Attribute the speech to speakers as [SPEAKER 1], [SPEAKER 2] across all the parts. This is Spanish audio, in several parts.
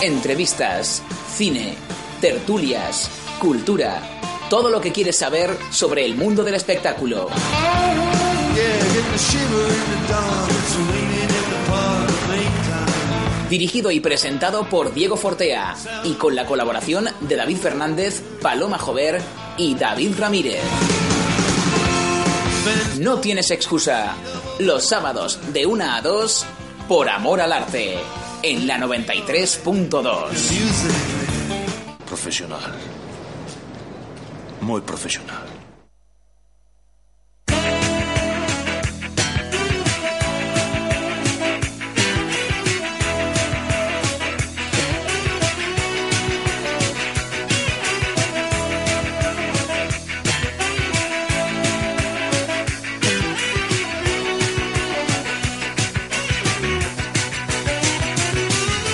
[SPEAKER 1] Entrevistas, cine, tertulias, cultura, todo lo que quieres saber sobre el mundo del espectáculo. Dirigido y presentado por Diego Fortea y con la colaboración de David Fernández, Paloma Jover y David Ramírez. No tienes excusa. Los sábados de 1 a 2 por amor al arte en la 93.2.
[SPEAKER 2] Profesional. Muy profesional.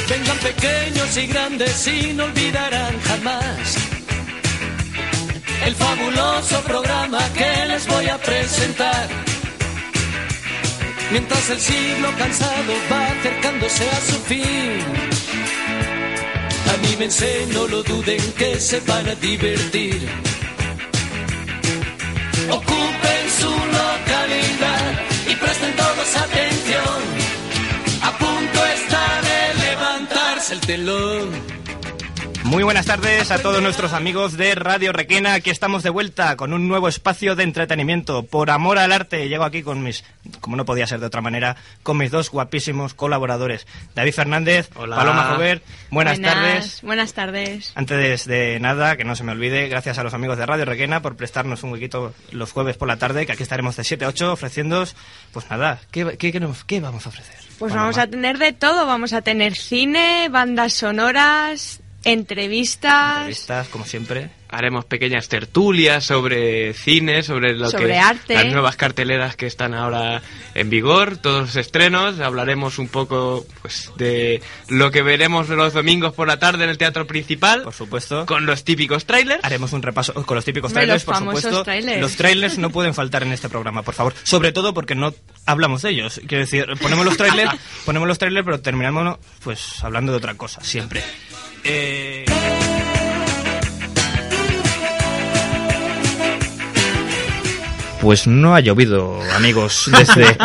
[SPEAKER 3] Vengan pequeños y grandes y no olvidarán jamás el fabuloso programa que les voy a presentar. Mientras el siglo cansado va acercándose a su fin, anímense, no lo duden, que se van a divertir. Ocupen su localidad y presten todos atención. A punto está de levantarse el telón.
[SPEAKER 4] Muy buenas tardes a todos nuestros amigos de Radio Requena. Aquí estamos de vuelta con un nuevo espacio de entretenimiento. Por amor al arte, llego aquí con mis, como no podía ser de otra manera, con mis dos guapísimos colaboradores. David Fernández,
[SPEAKER 5] Hola.
[SPEAKER 4] Paloma Jover. Buenas, tardes.
[SPEAKER 6] Buenas tardes.
[SPEAKER 4] Antes de nada, que no se me olvide, gracias a los amigos de Radio Requena por prestarnos un huequito los jueves por la tarde, que aquí estaremos de 7 a 8 ofreciéndoos, pues nada, ¿qué, qué, qué nos- qué vamos a ofrecer?
[SPEAKER 6] Pues
[SPEAKER 4] Paloma.
[SPEAKER 6] vamos a tener de todo. Vamos a tener cine, bandas sonoras, entrevistas,
[SPEAKER 4] Entrevistas, como siempre.
[SPEAKER 5] Haremos pequeñas tertulias sobre cine, sobre lo
[SPEAKER 6] Sobre
[SPEAKER 5] que
[SPEAKER 6] arte.
[SPEAKER 5] las nuevas carteleras que están ahora en vigor, todos los estrenos, hablaremos un poco pues de lo que veremos los domingos por la tarde en el teatro principal
[SPEAKER 4] Por supuesto.
[SPEAKER 5] con los típicos trailers.
[SPEAKER 4] Haremos un repaso con los típicos
[SPEAKER 6] Hombre, los
[SPEAKER 4] trailers, por
[SPEAKER 6] famosos
[SPEAKER 4] supuesto.
[SPEAKER 6] trailers.
[SPEAKER 4] Los trailers no pueden faltar en este programa, por favor. Sobre todo porque no hablamos de ellos. Quiero decir, ponemos los trailers, ponemos los trailers, pero terminamos pues hablando de otra cosa, siempre. Eh, Pues no ha llovido, amigos, desde,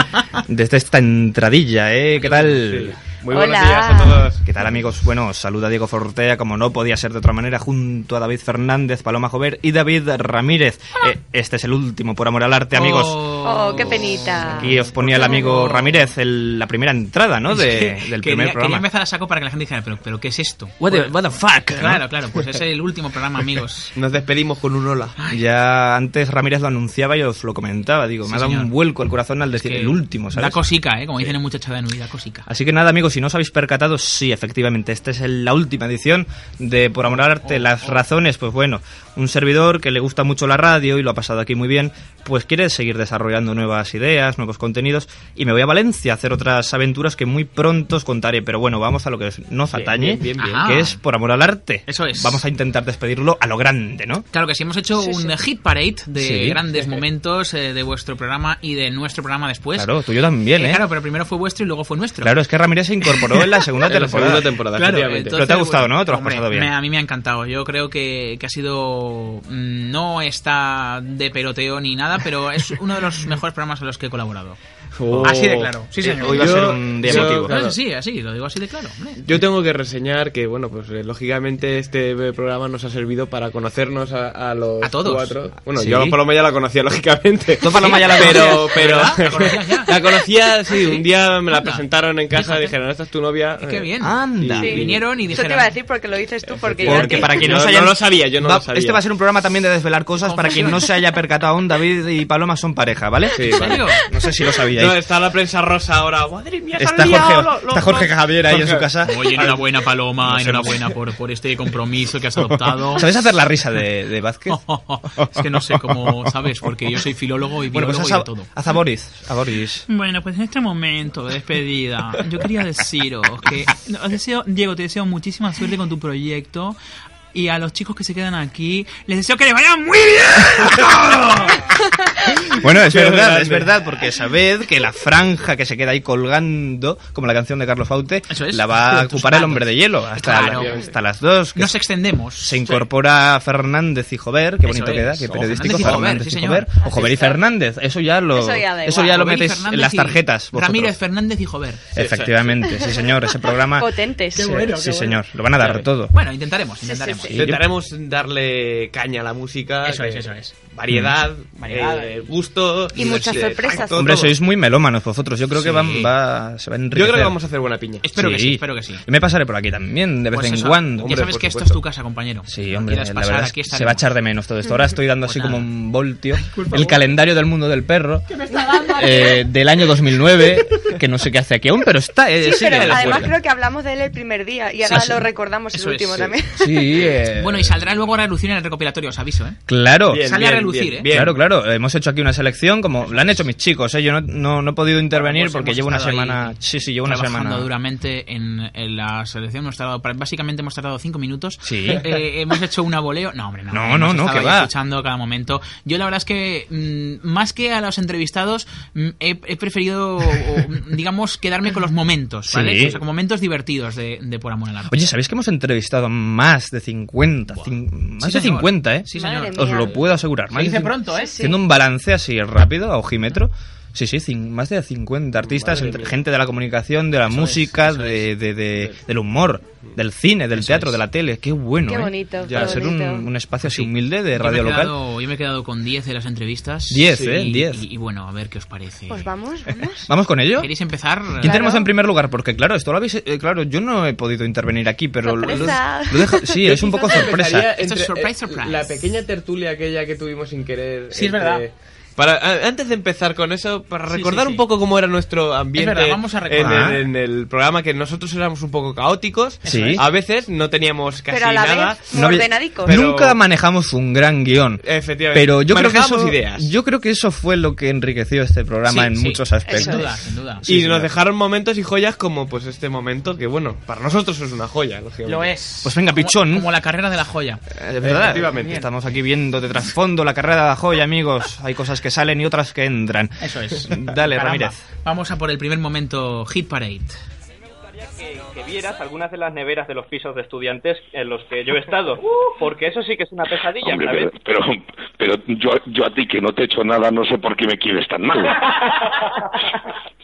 [SPEAKER 4] desde esta entradilla, ¿eh? ¿Qué tal?
[SPEAKER 5] Muy buenos
[SPEAKER 6] Hola.
[SPEAKER 5] días a todos.
[SPEAKER 4] ¿Qué tal amigos? Bueno, os saluda Diego Fortea, como no podía ser de otra manera, junto a David Fernández, Paloma Jover y David Ramírez. Eh, este es el último, por amor al arte, amigos.
[SPEAKER 6] Oh, qué penita.
[SPEAKER 4] Aquí os ponía el amigo Ramírez el- la primera entrada, ¿no? De-
[SPEAKER 7] Es que quería-
[SPEAKER 4] del primer
[SPEAKER 7] Quería
[SPEAKER 4] programa.
[SPEAKER 7] empezar a saco para que la gente dijera, pero, pero ¿qué es esto? Pues
[SPEAKER 4] What the, what the fuck? ¿no?
[SPEAKER 7] Claro, claro, pues es el último programa, amigos.
[SPEAKER 5] Nos despedimos con un hola.
[SPEAKER 4] Ya antes Ramírez lo anunciaba y os lo comentaba, digo,
[SPEAKER 7] Sí,
[SPEAKER 4] me ha dado un
[SPEAKER 7] señor.
[SPEAKER 4] vuelco el corazón al decir
[SPEAKER 7] Que
[SPEAKER 4] el último, ¿sabes?
[SPEAKER 7] Da cosica, ¿eh? Como dicen en muchacha de Nui, da cosica.
[SPEAKER 4] Así que nada, amigos, si no os habéis percatado, sí, efectivamente, esta es el- la última edición de Por Amor al Arte. Las razones, pues bueno, un servidor que le gusta mucho la radio y lo ha pasado aquí muy bien, pues quiere seguir desarrollando nuevas ideas, nuevos contenidos, y me voy a Valencia a hacer otras aventuras que muy pronto os contaré. Pero bueno, vamos a lo que nos atañe,
[SPEAKER 5] bien, bien,
[SPEAKER 7] bien. Ajá.
[SPEAKER 4] que es Por Amor al Arte.
[SPEAKER 7] Eso es.
[SPEAKER 4] Vamos a intentar despedirlo a lo grande, ¿no?
[SPEAKER 7] Claro que sí, hemos hecho
[SPEAKER 6] Sí,
[SPEAKER 7] un
[SPEAKER 6] sí.
[SPEAKER 7] eh, hit parade de
[SPEAKER 4] Sí.
[SPEAKER 7] grandes momentos eh, de vuestro programa y de nuestro programa después.
[SPEAKER 4] Claro, tuyo también,
[SPEAKER 7] Eh,
[SPEAKER 4] ¿eh?
[SPEAKER 7] Claro, pero primero fue vuestro y luego fue nuestro.
[SPEAKER 4] Claro, es que Ramírez se incorporó en la segunda
[SPEAKER 5] En la
[SPEAKER 4] temporada.
[SPEAKER 5] segunda temporada,
[SPEAKER 7] Claro,
[SPEAKER 5] efectivamente.
[SPEAKER 4] Pero te ha gustado, ¿no? Te lo has
[SPEAKER 7] hombre,
[SPEAKER 4] pasado bien.
[SPEAKER 7] me- a mí me ha encantado. Yo creo que, que ha sido. mm, No está de peloteo ni nada, pero es uno de los mejores programas en los que he colaborado.
[SPEAKER 5] Oh.
[SPEAKER 7] Así de claro. Sí, señor.
[SPEAKER 4] Hoy va a
[SPEAKER 5] Yo-
[SPEAKER 4] ser un día
[SPEAKER 5] yo-
[SPEAKER 4] emotivo.
[SPEAKER 7] No,
[SPEAKER 5] claro.
[SPEAKER 7] es así, así, lo digo así de claro. hombre.
[SPEAKER 5] Yo tengo que reseñar que, bueno, pues eh, lógicamente este eh, programa nos ha servido para conocernos a, a los
[SPEAKER 7] A todos.
[SPEAKER 5] cuatro. Bueno,
[SPEAKER 4] Sí.
[SPEAKER 5] yo a Paloma ya la conocía, lógicamente.
[SPEAKER 4] Tú, Paloma, ya la
[SPEAKER 5] pero,
[SPEAKER 4] conocías,
[SPEAKER 5] pero
[SPEAKER 7] ¿verdad? ¿La conocías ya?
[SPEAKER 5] La conocía, sí, un día me la
[SPEAKER 7] Anda.
[SPEAKER 5] presentaron en casa
[SPEAKER 7] Fíjate.
[SPEAKER 5] dijeron, esta es tu novia.
[SPEAKER 7] Eh, Qué bien.
[SPEAKER 4] Anda.
[SPEAKER 6] Sí.
[SPEAKER 7] Vinieron y
[SPEAKER 6] Eso
[SPEAKER 7] dijeron.
[SPEAKER 6] te iba a decir porque lo dices tú, porque, ya
[SPEAKER 4] Porque
[SPEAKER 6] te-
[SPEAKER 4] para quien no,
[SPEAKER 5] No,
[SPEAKER 4] se
[SPEAKER 5] no
[SPEAKER 4] hayan-
[SPEAKER 5] lo sabía, yo no
[SPEAKER 4] Va-
[SPEAKER 5] lo sabía.
[SPEAKER 4] Este va a ser un programa también de desvelar cosas para quien no se haya percatado aún. David y Paloma son pareja, ¿vale?
[SPEAKER 5] Sí,
[SPEAKER 7] ¿En
[SPEAKER 5] vale.
[SPEAKER 7] serio?
[SPEAKER 4] No sé si lo sabíais.
[SPEAKER 5] No, está la prensa rosa ahora. Madre mía, se han
[SPEAKER 4] está, Jorge,
[SPEAKER 5] liado lo- lo-
[SPEAKER 4] está Jorge Javier ahí en su
[SPEAKER 5] Jorge.
[SPEAKER 4] casa.
[SPEAKER 7] Oye, enhorabuena, Paloma,
[SPEAKER 4] No sé, no sé.
[SPEAKER 7] enhorabuena por, por este compromiso que has adoptado.
[SPEAKER 4] ¿Sabes hacer la risa de, de Vázquez?
[SPEAKER 7] es que no sé cómo sabes, porque yo soy filólogo y
[SPEAKER 4] Bueno,
[SPEAKER 7] biólogo
[SPEAKER 4] pues haz
[SPEAKER 7] y
[SPEAKER 4] a,
[SPEAKER 7] de todo.
[SPEAKER 4] haz a Boris. A Boris.
[SPEAKER 8] Bueno, pues en este momento de despedida, yo quería deciros que os deseo, Diego, te deseo muchísima suerte con tu proyecto.
[SPEAKER 7] Y a los chicos que se quedan aquí, les deseo que les vaya muy bien.
[SPEAKER 4] Bueno, es
[SPEAKER 5] Qué
[SPEAKER 4] verdad,
[SPEAKER 5] grande.
[SPEAKER 4] es verdad, porque sabed que la franja que se queda ahí colgando, como la canción de Carlos Faute,
[SPEAKER 7] Eso es.
[SPEAKER 4] la va a
[SPEAKER 7] Tus
[SPEAKER 4] ocupar el
[SPEAKER 7] manos.
[SPEAKER 4] hombre de hielo hasta,
[SPEAKER 7] Claro.
[SPEAKER 4] la- hasta las dos. que
[SPEAKER 7] Nos extendemos.
[SPEAKER 4] se incorpora Fernández y Jover, qué bonito
[SPEAKER 7] Eso
[SPEAKER 4] queda,
[SPEAKER 7] es.
[SPEAKER 4] qué
[SPEAKER 7] O
[SPEAKER 4] periodístico
[SPEAKER 7] Fernández y Jover,
[SPEAKER 4] Fernández
[SPEAKER 7] sí,
[SPEAKER 4] y
[SPEAKER 7] señor.
[SPEAKER 4] Jover, o Jover y Fernández, eso ya lo
[SPEAKER 6] Eso ya da
[SPEAKER 4] eso
[SPEAKER 6] igual.
[SPEAKER 4] ya lo
[SPEAKER 7] Jover y
[SPEAKER 4] metes
[SPEAKER 7] Fernández
[SPEAKER 4] en las
[SPEAKER 7] y-
[SPEAKER 4] tarjetas vosotros.
[SPEAKER 7] Ramírez, Fernández y Jover.
[SPEAKER 4] Efectivamente, sí señor, ese programa
[SPEAKER 6] Potentes.
[SPEAKER 4] sí, sí, señor, lo van a dar todo.
[SPEAKER 7] Bueno, intentaremos, intentaremos.
[SPEAKER 6] sí,
[SPEAKER 4] sí.
[SPEAKER 5] Intentaremos darle caña a la música.
[SPEAKER 7] Eso es,
[SPEAKER 5] que-
[SPEAKER 7] eso es. Mm.
[SPEAKER 5] Variedad,
[SPEAKER 7] Variedad,
[SPEAKER 5] eh, gusto.
[SPEAKER 6] Y muchas
[SPEAKER 5] eh,
[SPEAKER 6] sorpresas.
[SPEAKER 5] todo,
[SPEAKER 4] Hombre,
[SPEAKER 5] todo.
[SPEAKER 4] sois muy melómanos vosotros, yo creo que van, va, se va a
[SPEAKER 5] Yo
[SPEAKER 4] enriquecer.
[SPEAKER 5] creo que vamos a hacer buena piña.
[SPEAKER 7] Espero que sí, espero que sí.
[SPEAKER 4] Y me pasaré por aquí también, de vez
[SPEAKER 7] Pues
[SPEAKER 4] en
[SPEAKER 7] eso,
[SPEAKER 4] cuando.
[SPEAKER 7] ya
[SPEAKER 5] hombre,
[SPEAKER 7] sabes
[SPEAKER 5] por
[SPEAKER 7] que esto es
[SPEAKER 5] supuesto.
[SPEAKER 7] tu casa, compañero.
[SPEAKER 4] Sí,
[SPEAKER 7] Cuando
[SPEAKER 4] hombre,
[SPEAKER 7] quieras
[SPEAKER 4] la
[SPEAKER 7] pasar,
[SPEAKER 4] verdad
[SPEAKER 7] aquí
[SPEAKER 4] es que se va a
[SPEAKER 7] estaremos.
[SPEAKER 4] echar de menos todo esto. Ahora estoy dando así
[SPEAKER 7] Pues
[SPEAKER 4] como
[SPEAKER 7] nada.
[SPEAKER 4] un voltio el calendario del mundo del perro eh, del año 2009, que no sé qué hace aquí aún, pero está. eh,
[SPEAKER 6] Sí,
[SPEAKER 4] sigue
[SPEAKER 6] pero
[SPEAKER 4] a la
[SPEAKER 6] además
[SPEAKER 4] puerta.
[SPEAKER 6] creo que hablamos de él el primer día y ahora
[SPEAKER 7] Sí, sí.
[SPEAKER 6] lo recordamos el
[SPEAKER 7] Eso es,
[SPEAKER 6] último
[SPEAKER 7] sí.
[SPEAKER 6] también.
[SPEAKER 4] Sí, eh,
[SPEAKER 7] Bueno, y saldrá luego a relucir en el recopilatorio, os aviso, ¿eh?
[SPEAKER 4] Claro.
[SPEAKER 5] Bien,
[SPEAKER 7] Sale a relucir, ¿eh?
[SPEAKER 5] bien.
[SPEAKER 4] Claro, claro, hemos hecho aquí una selección como la han hecho mis chicos, ¿eh? yo no, no, no he podido intervenir
[SPEAKER 7] Pues
[SPEAKER 4] porque
[SPEAKER 7] hemos
[SPEAKER 4] llevo una
[SPEAKER 7] estado ahí
[SPEAKER 4] semana, sí, sí, llevo una
[SPEAKER 7] trabajando
[SPEAKER 4] semana.
[SPEAKER 7] duramente en, en la selección. Hemos tardado, básicamente hemos tardado cinco minutos.
[SPEAKER 4] Sí.
[SPEAKER 7] Eh, hemos hecho una voleo. No, hombre, no.
[SPEAKER 4] No,
[SPEAKER 7] Hemos
[SPEAKER 4] no, no,
[SPEAKER 7] estado
[SPEAKER 4] que
[SPEAKER 7] ahí
[SPEAKER 4] va.
[SPEAKER 7] escuchando cada momento. Yo la verdad es que, mm, más que a los entrevistados, mm, he, he preferido, o, mm, digamos, quedarme con los momentos, ¿vale?
[SPEAKER 4] Sí.
[SPEAKER 7] O sea, con momentos divertidos de, de Por Amor al Arte.
[SPEAKER 4] Oye, ¿sabéis que hemos entrevistado a más de 50? cin- más
[SPEAKER 7] Sí,
[SPEAKER 4] de
[SPEAKER 7] señor.
[SPEAKER 4] 50, ¿eh?
[SPEAKER 7] Sí,
[SPEAKER 6] Madre
[SPEAKER 7] señor.
[SPEAKER 6] mía.
[SPEAKER 4] Os lo puedo asegurar.
[SPEAKER 7] Se
[SPEAKER 4] más de
[SPEAKER 7] dice
[SPEAKER 4] cin-
[SPEAKER 7] pronto, ¿eh?
[SPEAKER 6] Sí.
[SPEAKER 4] Haciendo un balance así rápido, a ojímetro. Sí, sí, cin- más de 50 artistas, entre- gente de la comunicación, de la música, de, de- de- del humor, del cine, del teatro, de la tele. Qué bueno.
[SPEAKER 6] Qué
[SPEAKER 4] ¿eh?
[SPEAKER 6] bonito, qué
[SPEAKER 4] Para ser un,
[SPEAKER 6] bonito.
[SPEAKER 4] un espacio así
[SPEAKER 7] Sí.
[SPEAKER 4] humilde de
[SPEAKER 7] Yo
[SPEAKER 4] radio
[SPEAKER 7] me he
[SPEAKER 4] local.
[SPEAKER 7] quedado- yo me he quedado con 10 de las entrevistas.
[SPEAKER 4] 10, ¿eh? 10.
[SPEAKER 7] Y, y bueno, a ver qué os parece.
[SPEAKER 6] Pues vamos, vamos.
[SPEAKER 4] ¿Vamos con ello?
[SPEAKER 7] ¿Queréis empezar?
[SPEAKER 4] ¿Quién tenemos
[SPEAKER 6] Claro.
[SPEAKER 4] en primer lugar? Porque claro, esto lo habéis... eh, claro, yo no he podido intervenir aquí, pero... lo- lo-
[SPEAKER 6] Sorpresa.
[SPEAKER 4] lo deja- sí, es un poco sorpresa.
[SPEAKER 7] Esto es surprise, surprise.
[SPEAKER 5] eh, La pequeña tertulia aquella que tuvimos sin querer.
[SPEAKER 7] Sí, es verdad.
[SPEAKER 5] Para, a- antes de empezar con eso, para
[SPEAKER 7] Sí,
[SPEAKER 5] recordar
[SPEAKER 7] sí, sí.
[SPEAKER 5] un poco cómo era nuestro ambiente
[SPEAKER 7] Es verdad, vamos a
[SPEAKER 5] en,
[SPEAKER 7] recordar.
[SPEAKER 5] el, en el programa, que nosotros éramos un poco caóticos.
[SPEAKER 4] Eso es.
[SPEAKER 5] A veces no teníamos casi
[SPEAKER 6] Pero a la
[SPEAKER 5] nada.
[SPEAKER 6] vez, muy
[SPEAKER 4] había-
[SPEAKER 6] ordenadicos.
[SPEAKER 4] Pero- Nunca manejamos un gran guión.
[SPEAKER 5] Efectivamente.
[SPEAKER 4] Pero yo creo, que
[SPEAKER 5] Manejábamos
[SPEAKER 4] eso,
[SPEAKER 5] ideas.
[SPEAKER 4] yo creo que eso fue lo que enriqueció este programa
[SPEAKER 7] Sí,
[SPEAKER 4] en
[SPEAKER 7] sí,
[SPEAKER 4] muchos
[SPEAKER 7] sin
[SPEAKER 4] aspectos.
[SPEAKER 7] Sin duda, sin duda.
[SPEAKER 4] Sí,
[SPEAKER 5] y nos
[SPEAKER 4] señor.
[SPEAKER 5] dejaron momentos y joyas como pues este momento, que bueno, para nosotros es una joya, lógicamente.
[SPEAKER 7] Lo es.
[SPEAKER 4] Pues venga,
[SPEAKER 7] Como-
[SPEAKER 4] pichón.
[SPEAKER 7] Como la carrera de la joya.
[SPEAKER 4] Es verdad.
[SPEAKER 5] Efectivamente.
[SPEAKER 4] Estamos aquí viendo de trasfondo la carrera de la joya, amigos. Hay cosas que salen y otras que entran.
[SPEAKER 7] Eso es.
[SPEAKER 4] Dale,
[SPEAKER 7] Caramba.
[SPEAKER 4] Ramírez.
[SPEAKER 7] Vamos a por el primer momento Hit Parade.
[SPEAKER 9] que, que vieras algunas de las neveras de los pisos de estudiantes en los que yo he estado, porque eso sí que es una pesadilla,
[SPEAKER 10] Hombre,
[SPEAKER 9] ¿sabes?
[SPEAKER 10] pero, pero, pero yo, yo a ti que no te he hecho nada, no sé por qué me quieres tan mal.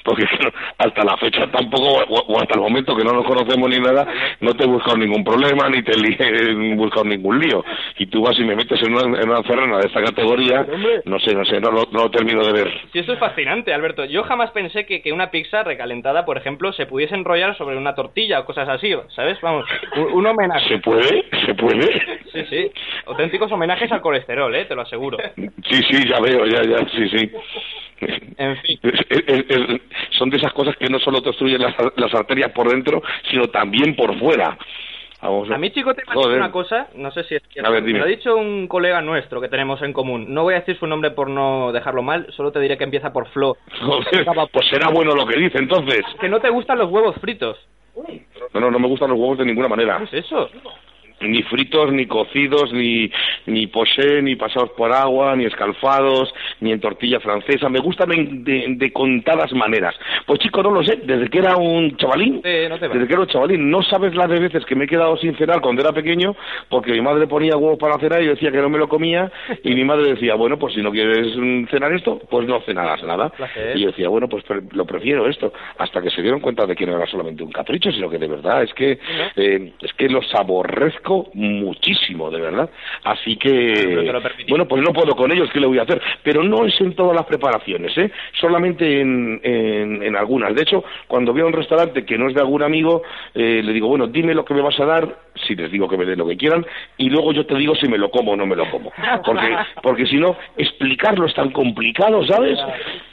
[SPEAKER 10] Porque es que no- hasta la fecha tampoco, o, o hasta el momento que no nos conocemos ni nada, no te he buscado ningún problema, ni te li- he buscado ningún lío. Y tú vas y me metes en una, en una ferrana de esta categoría, no sé, no sé, no, lo- no lo termino de ver.
[SPEAKER 9] Sí, esto es fascinante, Alberto. Yo jamás pensé que, que una pizza recalentada, por ejemplo, se pudiese enrollar sobre una tortilla o cosas así, ¿sabes? Vamos, un, un
[SPEAKER 10] ¿Se
[SPEAKER 9] homenaje.
[SPEAKER 10] puede? ¿Se puede?
[SPEAKER 9] Sí, sí. Auténticos homenajes al colesterol, ¿eh? Te lo aseguro.
[SPEAKER 10] Sí, sí, ya veo, ya, ya, sí, sí.
[SPEAKER 9] En fin.
[SPEAKER 10] Es- es- es- son de esas cosas que no solo te obstruyen las, ar- las arterias por dentro, sino también por fuera. Vamos,
[SPEAKER 9] A mí, chico, te me ha dicho
[SPEAKER 10] joder.
[SPEAKER 9] una cosa, no sé si es cierto.
[SPEAKER 10] A ver, dime.
[SPEAKER 9] Me lo ha dicho un colega nuestro que tenemos en común. No voy a decir su nombre por no dejarlo mal, solo te diré que empieza por Flo.
[SPEAKER 10] Joder, pues será bueno lo que dice entonces.
[SPEAKER 9] Que no te gustan los huevos fritos.
[SPEAKER 10] No, no, no me gustan los huevos de ninguna manera.
[SPEAKER 9] ¿Qué es eso?
[SPEAKER 10] Ni fritos, ni cocidos, ni, ni poché, ni pasados por agua, ni escalfados, ni en tortilla francesa. Me gustan en- de, de contadas maneras. Pues chico, no lo sé, desde que era un chavalín,
[SPEAKER 9] Eh, no te vayas.
[SPEAKER 10] Desde que era un chavalín, no sabes las de veces que me he quedado sin cenar cuando era pequeño, porque mi madre ponía huevos para cenar y yo decía que no me lo comía, y mi madre decía, bueno, pues si no quieres mm, cenar esto, pues no cenarás nada.
[SPEAKER 9] Placer.
[SPEAKER 10] Y yo decía, bueno, pues pre- lo prefiero esto, hasta que se dieron cuenta de que no era solamente un capricho, sino que de verdad es que, eh, es que los aborrezco muchísimo, de verdad. Así
[SPEAKER 9] No
[SPEAKER 10] que,
[SPEAKER 9] Ah, te lo permití.
[SPEAKER 10] bueno, pues no puedo con ellos, ¿qué le voy a hacer? Pero no es en todas las preparaciones, ¿eh? Solamente en, en- en algunas. De hecho, cuando voy a un restaurante que no es de algún amigo, eh, le digo, bueno, dime lo que me vas a dar, si les digo que me den lo que quieran, y luego yo te digo si me lo como o no me lo como. Porque, porque si no, explicarlo es tan complicado, ¿sabes?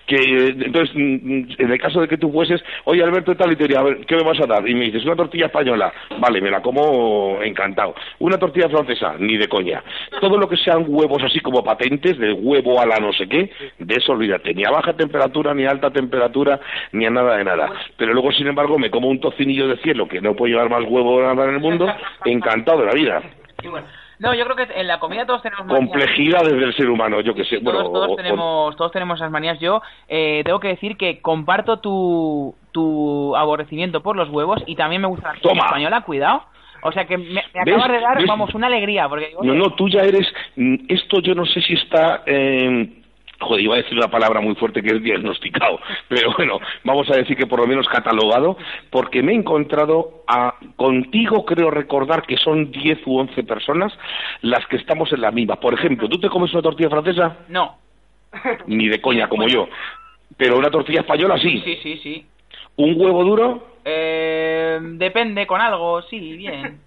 [SPEAKER 10] Que eh, entonces, mm, mm, en el caso de que tú fueses, oye Alberto, tal y te diría, a ver, ¿qué me vas a dar? Y me dices, una tortilla española, vale, me la como encantado. Una tortilla francesa, ni de coña. Todo lo que sean huevos así como patentes, de huevo a la no sé qué, de eso olvídate, ni a baja temperatura, ni a alta temperatura, ni a nada de nada. Pero luego, sin embargo, me como un tocinillo de cielo que no puede llevar más huevo nada en el mundo, encantado de la vida.
[SPEAKER 11] Sí, bueno. No, yo creo que en la comida todos tenemos manías.
[SPEAKER 10] Complejidades del ser humano, yo que sé.
[SPEAKER 11] Todos,
[SPEAKER 10] bueno,
[SPEAKER 11] todos
[SPEAKER 10] o- o-
[SPEAKER 11] tenemos, todos tenemos esas manías. Yo eh, tengo que decir que comparto tu, tu aborrecimiento por los huevos y también me gusta la comida
[SPEAKER 10] Toma.
[SPEAKER 11] española, cuidado. O sea que me, me
[SPEAKER 10] ¿Ves?
[SPEAKER 11] acabas de dar,
[SPEAKER 10] ¿Ves?
[SPEAKER 11] vamos, una alegría. Porque digo,
[SPEAKER 10] No, no, tú ya eres. mm, Esto yo no sé si está. Eh, joder, iba a decir una palabra muy fuerte que es diagnosticado. Pero bueno, vamos a decir que por lo menos catalogado, porque me he encontrado a, contigo, creo recordar que son 10 u 11 personas las que estamos en la misma. Por ejemplo, ¿tú te comes una tortilla francesa?
[SPEAKER 11] No.
[SPEAKER 10] Ni de coña, como yo. Pero una tortilla española sí.
[SPEAKER 11] Sí, sí, sí.
[SPEAKER 10] ¿Un huevo duro?
[SPEAKER 11] Eh, depende con algo, sí, bien.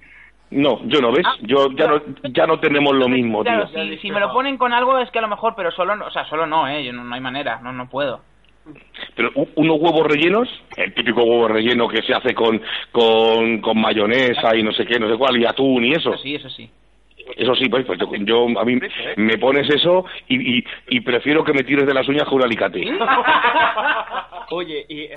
[SPEAKER 10] No, yo no, ¿ves? Yo ya no, ya no tenemos lo mismo,
[SPEAKER 11] Ah, Claro,
[SPEAKER 10] tío.
[SPEAKER 11] si, si me lo ponen con algo es que a lo mejor, pero solo, no- o sea, solo no, eh, yo no, no hay manera, no, no puedo.
[SPEAKER 10] Pero u- unos huevos rellenos, el típico huevo relleno que se hace con, con, con mayonesa y no sé qué, no sé cuál, y atún y eso.
[SPEAKER 11] Sí, eso sí.
[SPEAKER 10] Eso sí, pues, pues yo, yo- a mí me pones eso y, y, y prefiero que me tires de las uñas con un alicate.
[SPEAKER 11] Oye, y...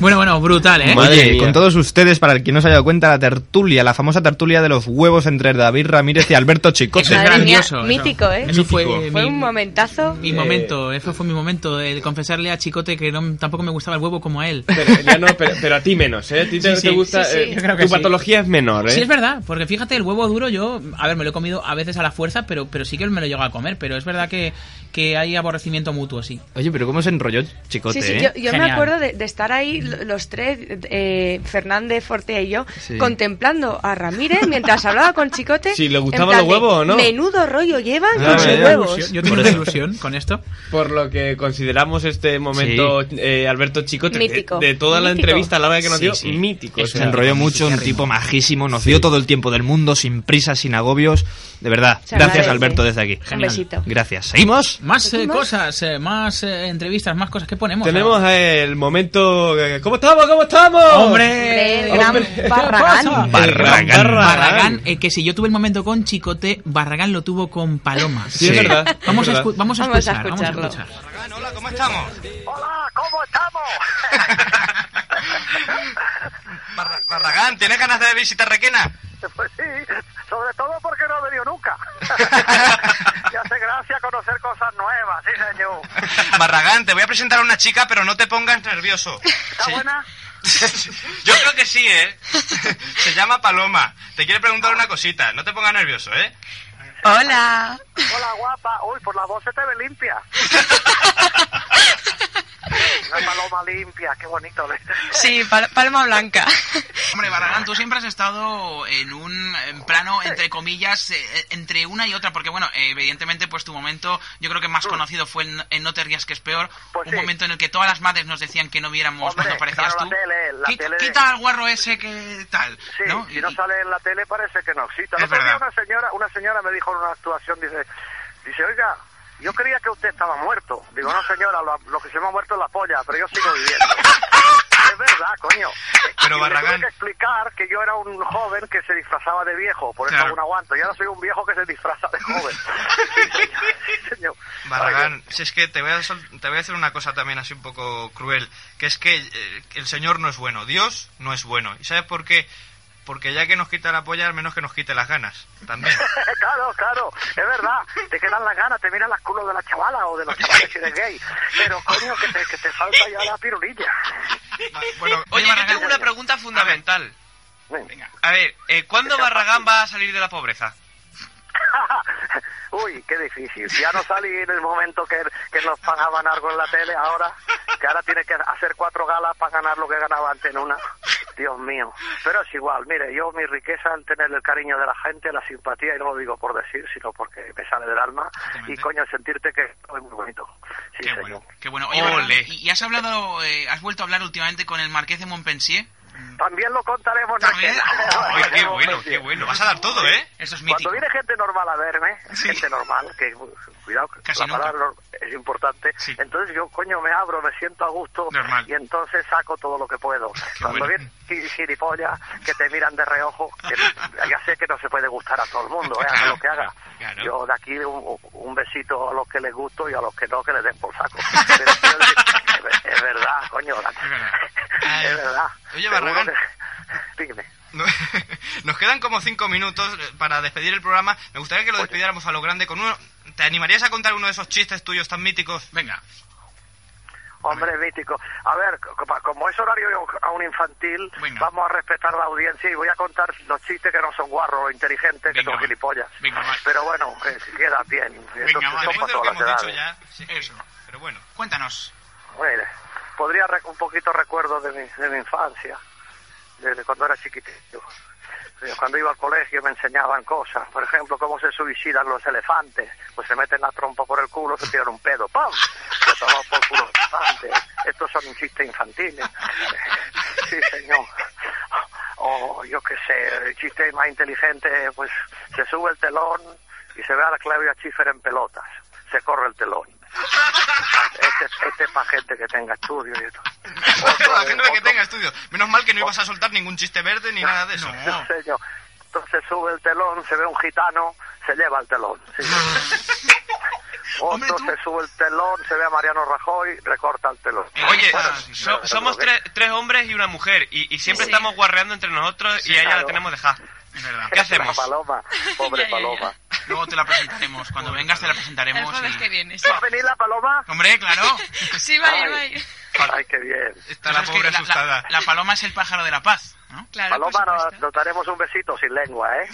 [SPEAKER 7] Bueno, bueno, brutal, ¿eh?
[SPEAKER 12] Oye, con todos ustedes, para el que no se haya dado cuenta, la tertulia, la famosa tertulia de los huevos entre David Ramírez y Alberto Chicote.
[SPEAKER 7] Madre grandioso,
[SPEAKER 6] mía,
[SPEAKER 7] eso.
[SPEAKER 6] mítico, ¿eh?
[SPEAKER 7] Eso fue
[SPEAKER 6] Fue
[SPEAKER 7] mi-
[SPEAKER 6] un momentazo.
[SPEAKER 5] Eh,
[SPEAKER 7] Mi momento, eso fue mi momento de confesarle a Chicote que no, tampoco me gustaba el huevo como a él.
[SPEAKER 5] Pero, ya no, pero, pero a ti menos, ¿eh? A ti te,
[SPEAKER 7] Sí,
[SPEAKER 5] te
[SPEAKER 7] sí.
[SPEAKER 5] gusta...
[SPEAKER 7] Sí, sí,
[SPEAKER 5] eh,
[SPEAKER 7] yo creo que
[SPEAKER 5] tu
[SPEAKER 7] sí.
[SPEAKER 5] patología es menor, ¿eh?
[SPEAKER 7] Sí, es verdad, porque fíjate, el huevo duro yo, a ver, me lo he comido a veces a la fuerza, pero, pero sí que me lo llego a comer, pero es verdad que, que hay aborrecimiento mutuo, sí.
[SPEAKER 12] Oye, pero ¿cómo se enrolló Chicote?
[SPEAKER 6] Sí, sí,
[SPEAKER 12] eh?
[SPEAKER 6] yo, yo me
[SPEAKER 7] Genial.
[SPEAKER 6] acuerdo de, de estar
[SPEAKER 4] Mm.
[SPEAKER 6] ahí lo- los tres, eh, Fernández, Fortea y yo,
[SPEAKER 12] Sí.
[SPEAKER 6] contemplando a Ramírez mientras hablaba con Chicote.
[SPEAKER 5] Si le
[SPEAKER 6] en
[SPEAKER 5] gustaban
[SPEAKER 6] plan
[SPEAKER 5] los
[SPEAKER 6] de,
[SPEAKER 5] huevos o no.
[SPEAKER 6] Menudo rollo llevan
[SPEAKER 5] Ah,
[SPEAKER 6] con sus
[SPEAKER 5] ya.
[SPEAKER 6] huevos.
[SPEAKER 7] Yo tengo
[SPEAKER 5] Por
[SPEAKER 7] una
[SPEAKER 5] eso.
[SPEAKER 7] ilusión con esto.
[SPEAKER 5] Por lo que consideramos este momento, eh, Alberto Chicote, de,
[SPEAKER 6] Mítico.
[SPEAKER 5] de toda la
[SPEAKER 6] Mítico.
[SPEAKER 5] entrevista a la hora que nos
[SPEAKER 12] Sí,
[SPEAKER 5] dio,
[SPEAKER 12] sí.
[SPEAKER 5] mítico. o
[SPEAKER 12] Se
[SPEAKER 5] sea,
[SPEAKER 12] enrolló mucho, un tipo majísimo, nos dio todo el tiempo del mundo, sin prisas, sin agobios. De verdad,
[SPEAKER 7] Se
[SPEAKER 12] gracias
[SPEAKER 7] agradece.
[SPEAKER 12] Alberto desde aquí.
[SPEAKER 7] eh. Un besito.
[SPEAKER 12] Gracias. ¿Seguimos?
[SPEAKER 7] Más eh,
[SPEAKER 12] ¿Seguimos?
[SPEAKER 7] cosas, eh, más eh, entrevistas, más cosas que ponemos.
[SPEAKER 5] Tenemos eh, el momento... eh, ¿Cómo estamos? ¿Cómo estamos?
[SPEAKER 7] Hombre, el gran Barragán.
[SPEAKER 5] Barragán.
[SPEAKER 7] Barragán, eh, que si yo tuve el momento con Chicote, Barragán lo tuvo con Paloma.
[SPEAKER 5] Sí, es verdad, es
[SPEAKER 7] Vamos,
[SPEAKER 5] verdad.
[SPEAKER 7] A escu- vamos a
[SPEAKER 13] Vamos a
[SPEAKER 7] escuchar, vamos a
[SPEAKER 13] escucharlo.
[SPEAKER 7] escuchar.
[SPEAKER 4] Barragán, ¿tienes ganas de visitar Requena?
[SPEAKER 14] Pues sí, sobre todo porque no he venido nunca. Me hace gracia conocer cosas nuevas, sí señor.
[SPEAKER 4] Barragán, te voy a presentar a una chica, pero no te pongas nervioso.
[SPEAKER 14] ¿Está buena?
[SPEAKER 4] Yo creo que sí, ¿eh? Se llama Paloma. Te quiere preguntar una cosita. No te pongas nervioso, ¿eh?
[SPEAKER 14] Hola. Hola guapa. Uy, por la voz se te ve limpia. Una paloma limpia, qué bonito.
[SPEAKER 13] Sí, pal- palma blanca.
[SPEAKER 7] Hombre, Barragán, tú siempre has estado en un en plano, entre comillas, eh, entre una y otra, porque bueno, eh, evidentemente, pues tu momento, yo creo que
[SPEAKER 14] Mm.
[SPEAKER 7] más conocido fue en, en No te rías que es peor, un momento en el que todas las madres nos decían que no viéramos cuando
[SPEAKER 14] Pues
[SPEAKER 7] aparecías
[SPEAKER 14] claro,
[SPEAKER 7] tú.
[SPEAKER 14] la tele, la
[SPEAKER 7] Qui-
[SPEAKER 14] tele de-
[SPEAKER 7] Quita al guarro ese que tal,
[SPEAKER 14] Sí,
[SPEAKER 7] ¿no?
[SPEAKER 14] si no sale en la tele parece que no existe.
[SPEAKER 7] Es
[SPEAKER 14] El otro día
[SPEAKER 7] verdad.
[SPEAKER 14] una señora, una señora me dijo en una actuación, dice, dice, oiga, yo creía que usted estaba muerto. Digo, no señora, lo, lo que se me ha muerto es la polla, pero yo sigo viviendo. es verdad, coño.
[SPEAKER 4] Pero
[SPEAKER 14] Y le tuve
[SPEAKER 4] Barragán-
[SPEAKER 14] que explicar que yo era un joven que se disfrazaba de viejo, por eso
[SPEAKER 4] Claro.
[SPEAKER 14] aún aguanto. Y ahora soy un viejo que se disfraza de joven. Sí, señor.
[SPEAKER 4] Barragán, si es que te voy, a sol- te voy a hacer una cosa también así un poco cruel, que es que eh, el Señor no es bueno, Dios no es bueno. ¿Y sabes por qué? Porque ya que nos quita la polla, al menos que nos quite las ganas. También.
[SPEAKER 14] claro, claro, es verdad. Te quedan las ganas, te miran las culos de las chavalas o de los chavales si eres gay. Pero coño, que te, que te falta ya la pirulilla.
[SPEAKER 4] Bueno,
[SPEAKER 14] Oye,
[SPEAKER 4] yo tengo una pregunta fundamental. A ver, eh, ¿cuándo Barragán va a salir de la pobreza?
[SPEAKER 14] Uy, qué difícil. Ya no salí en el momento que, que nos pagaban algo en la tele, ahora que ahora tiene que hacer cuatro galas para ganar lo que ganaba antes en una. Dios mío. Pero es igual, mire, yo mi riqueza en tener el cariño de la gente, la simpatía, y no lo digo por decir, sino porque me sale del alma. Y coño, sentirte que es muy bonito. Sí, señor.
[SPEAKER 7] Qué bueno. Oye, Barragán, ¿y y has hablado, eh, has vuelto a hablar últimamente con el Marqués de Montpensier?
[SPEAKER 14] También lo contaremos.
[SPEAKER 4] Ay, qué bueno, qué bueno. Vas a dar todo, ¿eh?
[SPEAKER 7] Eso es
[SPEAKER 14] Cuando viene gente normal a verme, gente normal, que cuidado,
[SPEAKER 4] Casi
[SPEAKER 14] la
[SPEAKER 4] nunca.
[SPEAKER 14] palabra es importante, entonces yo coño me abro, me siento a gusto y entonces saco todo lo que puedo. Cuando
[SPEAKER 4] bueno.
[SPEAKER 14] vienen gi- gilipollas que te miran de reojo, que ya sé que no se puede gustar a todo el mundo, eh, haga lo que haga. Yo de aquí un, un besito a los que les gusto y a los que no, que les den por saco. Pero quiero decir, es, es verdad, coño, es verdad.
[SPEAKER 15] Eh,
[SPEAKER 4] Oye,
[SPEAKER 14] Seguro
[SPEAKER 4] Barragán.
[SPEAKER 14] que- Dígame.
[SPEAKER 15] Nos quedan como cinco minutos eh, para despedir el programa. Me gustaría que lo despidiéramos a lo grande con uno. ¿Te animarías a contar uno de esos chistes tuyos tan míticos?
[SPEAKER 16] Venga.
[SPEAKER 14] Hombre mítico. A ver, co- como es horario aún infantil,
[SPEAKER 16] Venga.
[SPEAKER 14] vamos a respetar la audiencia y voy a contar los chistes que no son guarros, inteligentes, que
[SPEAKER 16] Venga,
[SPEAKER 14] son
[SPEAKER 16] va.
[SPEAKER 14] gilipollas.
[SPEAKER 16] Venga, va.
[SPEAKER 14] Pero bueno, eh, queda bien. Eso
[SPEAKER 16] Venga, va,
[SPEAKER 14] son
[SPEAKER 16] después
[SPEAKER 14] para
[SPEAKER 16] de lo que
[SPEAKER 14] todas
[SPEAKER 16] hemos
[SPEAKER 14] las
[SPEAKER 16] dicho
[SPEAKER 14] edades.
[SPEAKER 16] ya,
[SPEAKER 15] Eso. Pero bueno.
[SPEAKER 16] Cuéntanos.
[SPEAKER 14] Mire, podría rec- un poquito recuerdo de mi, de mi infancia, desde cuando era chiquitito. Eh, Cuando iba al colegio me enseñaban cosas, por ejemplo, cómo se suicidan los elefantes. Pues se meten la trompa por el culo, se tiran un pedo, ¡pam! Se toman por culo los elefantes. Estos son chistes infantiles. Sí, señor. O yo qué sé, el chiste más inteligente, pues se sube el telón y se ve a la Claudia Schiffer en pelotas. Se corre el telón. Este, este es para gente que tenga estudio y esto.
[SPEAKER 15] la gente que tenga estudio. Menos mal que no ibas a soltar ningún chiste verde ni nada de eso.
[SPEAKER 14] No sé yo. Entonces sube el telón, se ve un gitano, se lleva el telón. sí.
[SPEAKER 5] Ah.
[SPEAKER 14] Otro se sube el telón, se ve a Mariano Rajoy, recorta el telón.
[SPEAKER 5] Oye,
[SPEAKER 14] Bueno,
[SPEAKER 5] so- somos tres, tres hombres y una mujer y, y siempre
[SPEAKER 14] Sí, sí.
[SPEAKER 5] estamos guarreando entre nosotros y a ella
[SPEAKER 14] claro.
[SPEAKER 5] la tenemos dejada. ¿Qué
[SPEAKER 14] la
[SPEAKER 5] hacemos?
[SPEAKER 14] paloma, pobre paloma.
[SPEAKER 16] Luego te la presentaremos. Cuando vengas te la presentaremos.
[SPEAKER 6] jueves
[SPEAKER 16] y-
[SPEAKER 6] que viene.
[SPEAKER 14] ¿Va a venir la paloma?
[SPEAKER 16] Hombre, claro.
[SPEAKER 6] Sí, va a ir, va a ir.
[SPEAKER 14] Ay, qué bien.
[SPEAKER 16] Tú sabes que la- La, la paloma es el pájaro de la paz, ¿no?
[SPEAKER 14] paloma, nos, nos daremos un besito sin lengua, ¿eh?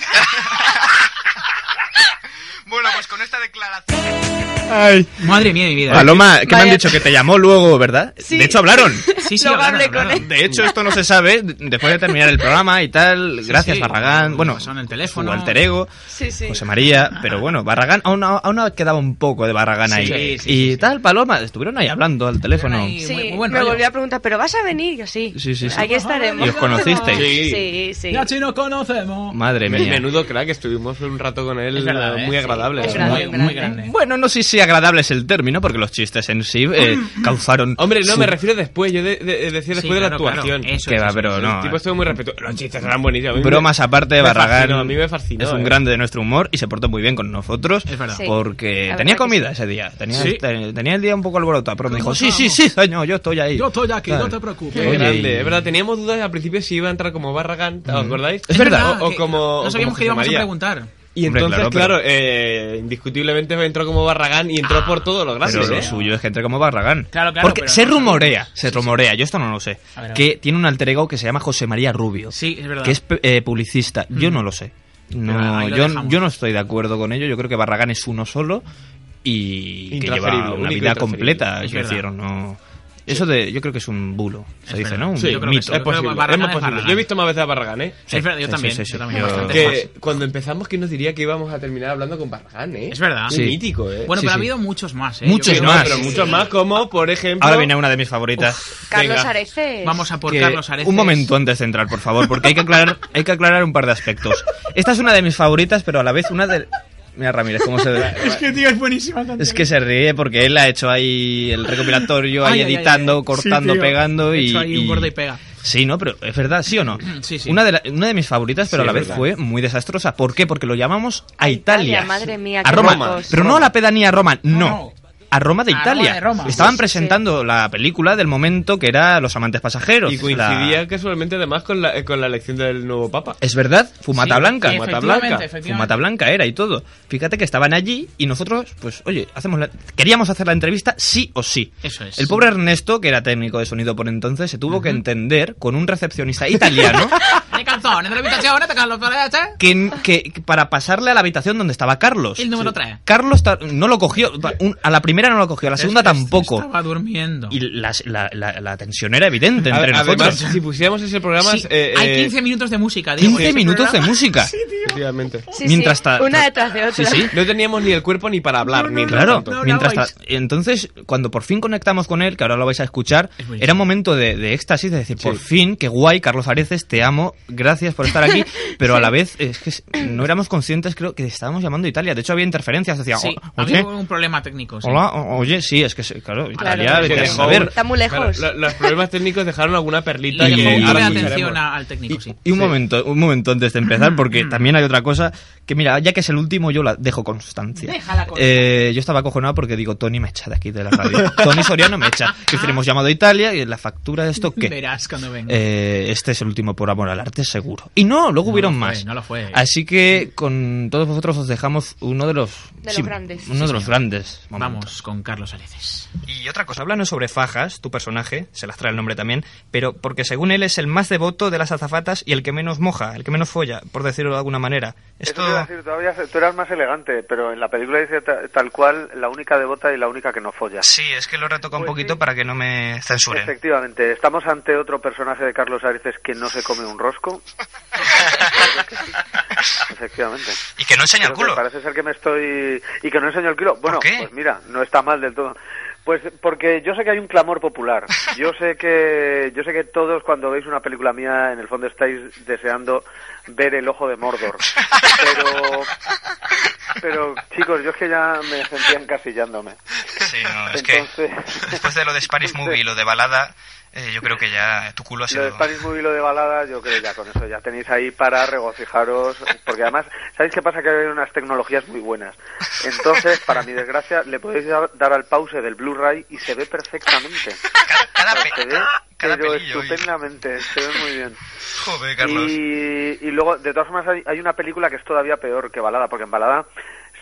[SPEAKER 15] Bueno, pues con esta declaración.
[SPEAKER 7] Madre mía, mi vida.
[SPEAKER 4] Paloma, que me han
[SPEAKER 7] Vaya.
[SPEAKER 4] dicho que te llamó luego, ¿verdad?
[SPEAKER 7] Sí.
[SPEAKER 4] De hecho, hablaron.
[SPEAKER 7] Sí, sí, Luego hablaron, hablé con hablaron. él.
[SPEAKER 4] De hecho, esto no se sabe después de terminar el programa y tal. Gracias,
[SPEAKER 7] sí.
[SPEAKER 4] Barragán. Bueno, son
[SPEAKER 7] el teléfono.
[SPEAKER 4] alter ego,
[SPEAKER 6] Sí, sí.
[SPEAKER 4] José María. Pero bueno, Barragán, aún, aún quedaba un poco de Barragán
[SPEAKER 7] Sí,
[SPEAKER 4] ahí.
[SPEAKER 7] sí, sí,
[SPEAKER 4] y tal, Paloma, estuvieron ahí hablando al teléfono.
[SPEAKER 6] Sí, me volvió a preguntar, ¿pero vas a venir? Yo sí.
[SPEAKER 4] Sí, sí, sí.
[SPEAKER 6] Aquí estaremos.
[SPEAKER 4] ¿Y os conocisteis?
[SPEAKER 6] Sí,
[SPEAKER 4] Sí.
[SPEAKER 6] sí. sí.
[SPEAKER 7] Ya si nos conocemos.
[SPEAKER 4] Madre mía.
[SPEAKER 5] Menudo crack, estuvimos un rato con él
[SPEAKER 7] Es verdad,
[SPEAKER 5] eh,
[SPEAKER 7] ¿eh?
[SPEAKER 5] muy
[SPEAKER 7] Sí,
[SPEAKER 5] agradable.
[SPEAKER 7] es grande, Muy- muy grande. grande.
[SPEAKER 4] Bueno, no sé si agradable es el término, porque los chistes en sí eh, causaron.
[SPEAKER 5] Hombre, no,
[SPEAKER 4] su-
[SPEAKER 5] me refiero después, yo de- de- decía después
[SPEAKER 4] Sí,
[SPEAKER 5] de la
[SPEAKER 4] claro, claro.
[SPEAKER 5] actuación.
[SPEAKER 4] Eso, Que va, eso, pero eso. no,
[SPEAKER 5] El tipo
[SPEAKER 4] eh.
[SPEAKER 5] estuvo muy respetuoso. Los chistes eran buenísimos. A mí me-
[SPEAKER 4] Bromas aparte,
[SPEAKER 5] me
[SPEAKER 4] Barragán
[SPEAKER 5] fascinó, a mí me fascinó.
[SPEAKER 4] es un
[SPEAKER 5] eh.
[SPEAKER 4] grande de nuestro humor y se portó muy bien con nosotros. Es
[SPEAKER 5] verdad. Sí,
[SPEAKER 4] Porque
[SPEAKER 5] la
[SPEAKER 4] tenía
[SPEAKER 5] verdad que
[SPEAKER 4] comida
[SPEAKER 5] sí.
[SPEAKER 4] ese día. Tenía,
[SPEAKER 5] Sí.
[SPEAKER 4] ten- tenía el día un poco alborotado, pero me dijo, sí, sí, sí, señor, yo estoy ahí.
[SPEAKER 5] Yo estoy aquí,
[SPEAKER 4] Tal.
[SPEAKER 5] no te preocupes.
[SPEAKER 4] Oye,
[SPEAKER 5] grande,
[SPEAKER 4] y-
[SPEAKER 5] es verdad. Teníamos dudas al principio si iba a entrar como Barragán, ¿os
[SPEAKER 4] Mm.
[SPEAKER 5] acordáis?
[SPEAKER 4] Es verdad.
[SPEAKER 5] O, o
[SPEAKER 4] que
[SPEAKER 5] como.
[SPEAKER 4] no
[SPEAKER 5] o
[SPEAKER 4] sabíamos
[SPEAKER 5] como
[SPEAKER 4] que íbamos a
[SPEAKER 5] José María.
[SPEAKER 4] preguntar.
[SPEAKER 5] Y
[SPEAKER 4] Hombre,
[SPEAKER 5] entonces,
[SPEAKER 4] claro,
[SPEAKER 5] claro, eh, indiscutiblemente entró como Barragán y entró por todos los
[SPEAKER 4] Ah. Pero
[SPEAKER 5] grandes.
[SPEAKER 4] lo
[SPEAKER 5] ¿eh?
[SPEAKER 4] suyo es que entre como Barragán.
[SPEAKER 5] Claro, claro,
[SPEAKER 4] Porque
[SPEAKER 5] pero
[SPEAKER 4] se
[SPEAKER 5] no
[SPEAKER 4] rumorea, se rumorea, yo esto no lo sé,
[SPEAKER 7] A ver, a ver.
[SPEAKER 4] que tiene un alter ego que se llama José María Rubio.
[SPEAKER 7] Sí, es verdad. Mm.
[SPEAKER 4] Que es pe- eh, publicista. Yo no lo sé.
[SPEAKER 7] Pero
[SPEAKER 4] No,
[SPEAKER 7] ahí lo
[SPEAKER 4] yo,
[SPEAKER 7] dejamos.
[SPEAKER 4] yo no estoy de acuerdo con ello. Yo creo que Barragán es uno solo y que
[SPEAKER 5] Intransferible,
[SPEAKER 4] lleva
[SPEAKER 5] único
[SPEAKER 4] una
[SPEAKER 5] e
[SPEAKER 4] vida
[SPEAKER 5] intransferible.
[SPEAKER 4] completa.
[SPEAKER 5] Es
[SPEAKER 4] quiero
[SPEAKER 5] verdad.
[SPEAKER 4] decir, no. Eso de, yo creo que es un bulo, se dice, ¿no? Un
[SPEAKER 5] Sí, yo creo que
[SPEAKER 4] mito.
[SPEAKER 5] sí. Es posible, es
[SPEAKER 7] Barragán
[SPEAKER 5] más
[SPEAKER 7] es
[SPEAKER 5] posible.
[SPEAKER 7] Barragán.
[SPEAKER 5] Yo he visto más veces a Barragán, ¿eh?
[SPEAKER 4] Sí, Es verdad, yo sí, también, sí, sí. yo también, Yo- bastante
[SPEAKER 5] que cuando empezamos, ¿quién nos diría que íbamos a terminar hablando con Barragán, eh?
[SPEAKER 7] Es verdad.
[SPEAKER 5] Muy mítico, ¿eh?
[SPEAKER 7] Bueno, pero ha habido muchos más, ¿eh? Yo creo que-
[SPEAKER 5] Pero muchos más, como por ejemplo.
[SPEAKER 4] Ahora viene una de mis favoritas.
[SPEAKER 6] Carlos Areces.
[SPEAKER 7] Vamos a por
[SPEAKER 4] que-
[SPEAKER 7] Carlos Areces.
[SPEAKER 4] Un momento antes de entrar, por favor, porque hay que aclarar, hay que aclarar un par de aspectos. Esta es una de mis favoritas, pero a la vez una de. Mira Ramírez, cómo se ve.
[SPEAKER 7] Es que, tío, es buenísima canción.
[SPEAKER 4] Es que se ríe porque él ha hecho ahí el recopilatorio,
[SPEAKER 7] Ay,
[SPEAKER 4] ahí
[SPEAKER 7] ay, ay,
[SPEAKER 4] editando,
[SPEAKER 7] ay.
[SPEAKER 4] cortando,
[SPEAKER 7] Sí, tío.
[SPEAKER 4] pegando
[SPEAKER 7] He
[SPEAKER 4] y,
[SPEAKER 7] hecho ahí un
[SPEAKER 4] y-
[SPEAKER 7] gordo y pega.
[SPEAKER 4] Sí, no, pero es verdad, sí o no.
[SPEAKER 7] Sí, sí.
[SPEAKER 4] Una, de la- una de mis favoritas, pero
[SPEAKER 7] Sí,
[SPEAKER 4] a la
[SPEAKER 7] es verdad.
[SPEAKER 4] vez fue muy desastrosa. ¿Por qué? Porque lo llamamos a Italia.
[SPEAKER 6] Italia, madre mía,
[SPEAKER 4] a
[SPEAKER 6] qué
[SPEAKER 4] Roma.
[SPEAKER 6] locos.
[SPEAKER 4] Pero no a la pedanía Roma, no. A Roma de
[SPEAKER 6] A Roma
[SPEAKER 4] Italia.
[SPEAKER 6] de Roma.
[SPEAKER 4] Estaban
[SPEAKER 6] Sí, sí,
[SPEAKER 4] presentando la película del momento que era Los amantes pasajeros.
[SPEAKER 5] Y
[SPEAKER 4] la-
[SPEAKER 5] coincidía casualmente además con la, eh, con la elección del nuevo Papa.
[SPEAKER 4] es verdad, fumata
[SPEAKER 5] Sí,
[SPEAKER 4] blanca.
[SPEAKER 5] sí,
[SPEAKER 4] Fumata
[SPEAKER 5] efectivamente,
[SPEAKER 4] blanca.
[SPEAKER 5] efectivamente.
[SPEAKER 4] Fumata blanca era y todo. Fíjate que estaban allí y nosotros, pues, oye, hacemos la- queríamos hacer la entrevista sí o sí.
[SPEAKER 7] Eso es.
[SPEAKER 4] El pobre Ernesto, que era técnico de sonido por entonces, se tuvo que entender con un recepcionista italiano
[SPEAKER 7] De calzones, de la habitación, de Carlos Areces.
[SPEAKER 4] que, que- que para pasarle a la habitación donde estaba Carlos.
[SPEAKER 7] El número 3.
[SPEAKER 4] Carlos ta- no lo cogió, un- a la primera no lo cogió, a la segunda tampoco.
[SPEAKER 7] Estaba durmiendo.
[SPEAKER 4] Y la, la- la- la tensión era evidente entre
[SPEAKER 5] Además,
[SPEAKER 4] nosotros.
[SPEAKER 5] si pusiéramos ese programa...
[SPEAKER 7] Sí,
[SPEAKER 5] eh,
[SPEAKER 7] hay
[SPEAKER 5] eh,
[SPEAKER 7] 15 minutos de música, Diego.
[SPEAKER 4] 15 Este minutos de música.
[SPEAKER 5] Efectivamente.
[SPEAKER 6] Sí, Mientras sí, ta- una detrás de otra.
[SPEAKER 4] Sí, sí.
[SPEAKER 5] No teníamos ni el cuerpo ni para hablar. mientras
[SPEAKER 4] Claro,
[SPEAKER 5] tanto.
[SPEAKER 4] mientras ta- entonces cuando por fin conectamos con él, que ahora lo vais a escuchar, era un momento de, de éxtasis, de decir, por fin, qué guay, Carlos Areces, te amo, gracias por estar aquí, pero a la vez es que s- no éramos conscientes, creo, que estábamos llamando a Italia, de hecho había interferencias, decía, "Oh,
[SPEAKER 7] Sí,
[SPEAKER 4] "O-
[SPEAKER 7] había
[SPEAKER 4] oye,
[SPEAKER 7] un problema técnico. sí.
[SPEAKER 4] hola, o- oye, sí, es que, se- claro, Italia,
[SPEAKER 7] claro.
[SPEAKER 4] vete a
[SPEAKER 5] Que dejó
[SPEAKER 4] saber.
[SPEAKER 5] un- Claro, lo- los problemas técnicos dejaron alguna perlita.
[SPEAKER 7] Le
[SPEAKER 5] que
[SPEAKER 7] dejó un
[SPEAKER 5] ahora
[SPEAKER 7] poco de
[SPEAKER 5] escucharemos.
[SPEAKER 7] atención a- al técnico, sí.
[SPEAKER 4] Y un momento, un momento antes de empezar, porque también hay y otra cosa, que mira, ya que es el último, yo la dejo constancia.
[SPEAKER 7] Déjala con-
[SPEAKER 4] Eh, yo estaba acojonado porque digo, Tony me echa de aquí de la radio. Tony Soriano me
[SPEAKER 7] Ah.
[SPEAKER 4] echa. Que decir, hemos llamado a Italia y la factura de esto, ¿qué?
[SPEAKER 7] Verás cuando venga.
[SPEAKER 4] Eh, este es el último por amor al arte, seguro. Y no, luego
[SPEAKER 7] No
[SPEAKER 4] hubieron
[SPEAKER 7] lo fue,
[SPEAKER 4] más.
[SPEAKER 7] no lo fue.
[SPEAKER 4] Así que con todos vosotros os dejamos uno de los,
[SPEAKER 6] De los grandes.
[SPEAKER 4] Uno
[SPEAKER 6] Sí,
[SPEAKER 4] de los
[SPEAKER 6] señor.
[SPEAKER 4] grandes.
[SPEAKER 7] Vamos con Carlos Areces.
[SPEAKER 4] Y otra cosa, háblanos sobre Fajas, tu personaje, se las trae el nombre también, pero porque según él es el más devoto de las azafatas y el que menos moja, el que menos folla, por decirlo de alguna manera.
[SPEAKER 17] Eso
[SPEAKER 4] Esto
[SPEAKER 17] te iba a decir, todavía se- tú eras más elegante, pero en la película dice ta- tal cual la única devota y la única que no folla.
[SPEAKER 4] Sí, es que lo retoco
[SPEAKER 17] Pues
[SPEAKER 4] un poquito para que no me censuren.
[SPEAKER 17] Efectivamente, estamos ante otro personaje de Carlos Areces que no se come un rosco. Creo que sí. Efectivamente.
[SPEAKER 12] Y que no enseña el
[SPEAKER 17] Creo que
[SPEAKER 12] culo.
[SPEAKER 17] Parece ser que me estoy. Y que no enseño el culo. Bueno, pues mira, no está mal del todo. Pues porque yo sé que hay un clamor popular. Yo sé que yo sé que todos cuando veis una película mía en el fondo estáis deseando ver el ojo de Mordor. Pero pero chicos, yo es que ya me sentía encasillándome.
[SPEAKER 12] Sí, no, es que
[SPEAKER 17] Entonces-
[SPEAKER 12] después de lo de Spanish Movie y lo de balada, eh, yo creo que ya tu culo ha
[SPEAKER 17] Lo de
[SPEAKER 12] sido...
[SPEAKER 17] Spanish Movie y lo de balada, yo creo ya con eso ya tenéis ahí para regocijaros, porque además, ¿sabéis qué pasa? Que hay unas tecnologías muy buenas. Entonces, para mi desgracia, le podéis dar dar al pause del Blu-ray y se ve perfectamente. O sea, se ve,
[SPEAKER 12] cada
[SPEAKER 17] pero
[SPEAKER 12] pelillo, oye.
[SPEAKER 17] estupendamente, se ve muy bien.
[SPEAKER 12] Joder, Carlos.
[SPEAKER 17] Y, y luego, de todas formas, hay, hay una película que es todavía peor que Balada, porque en Balada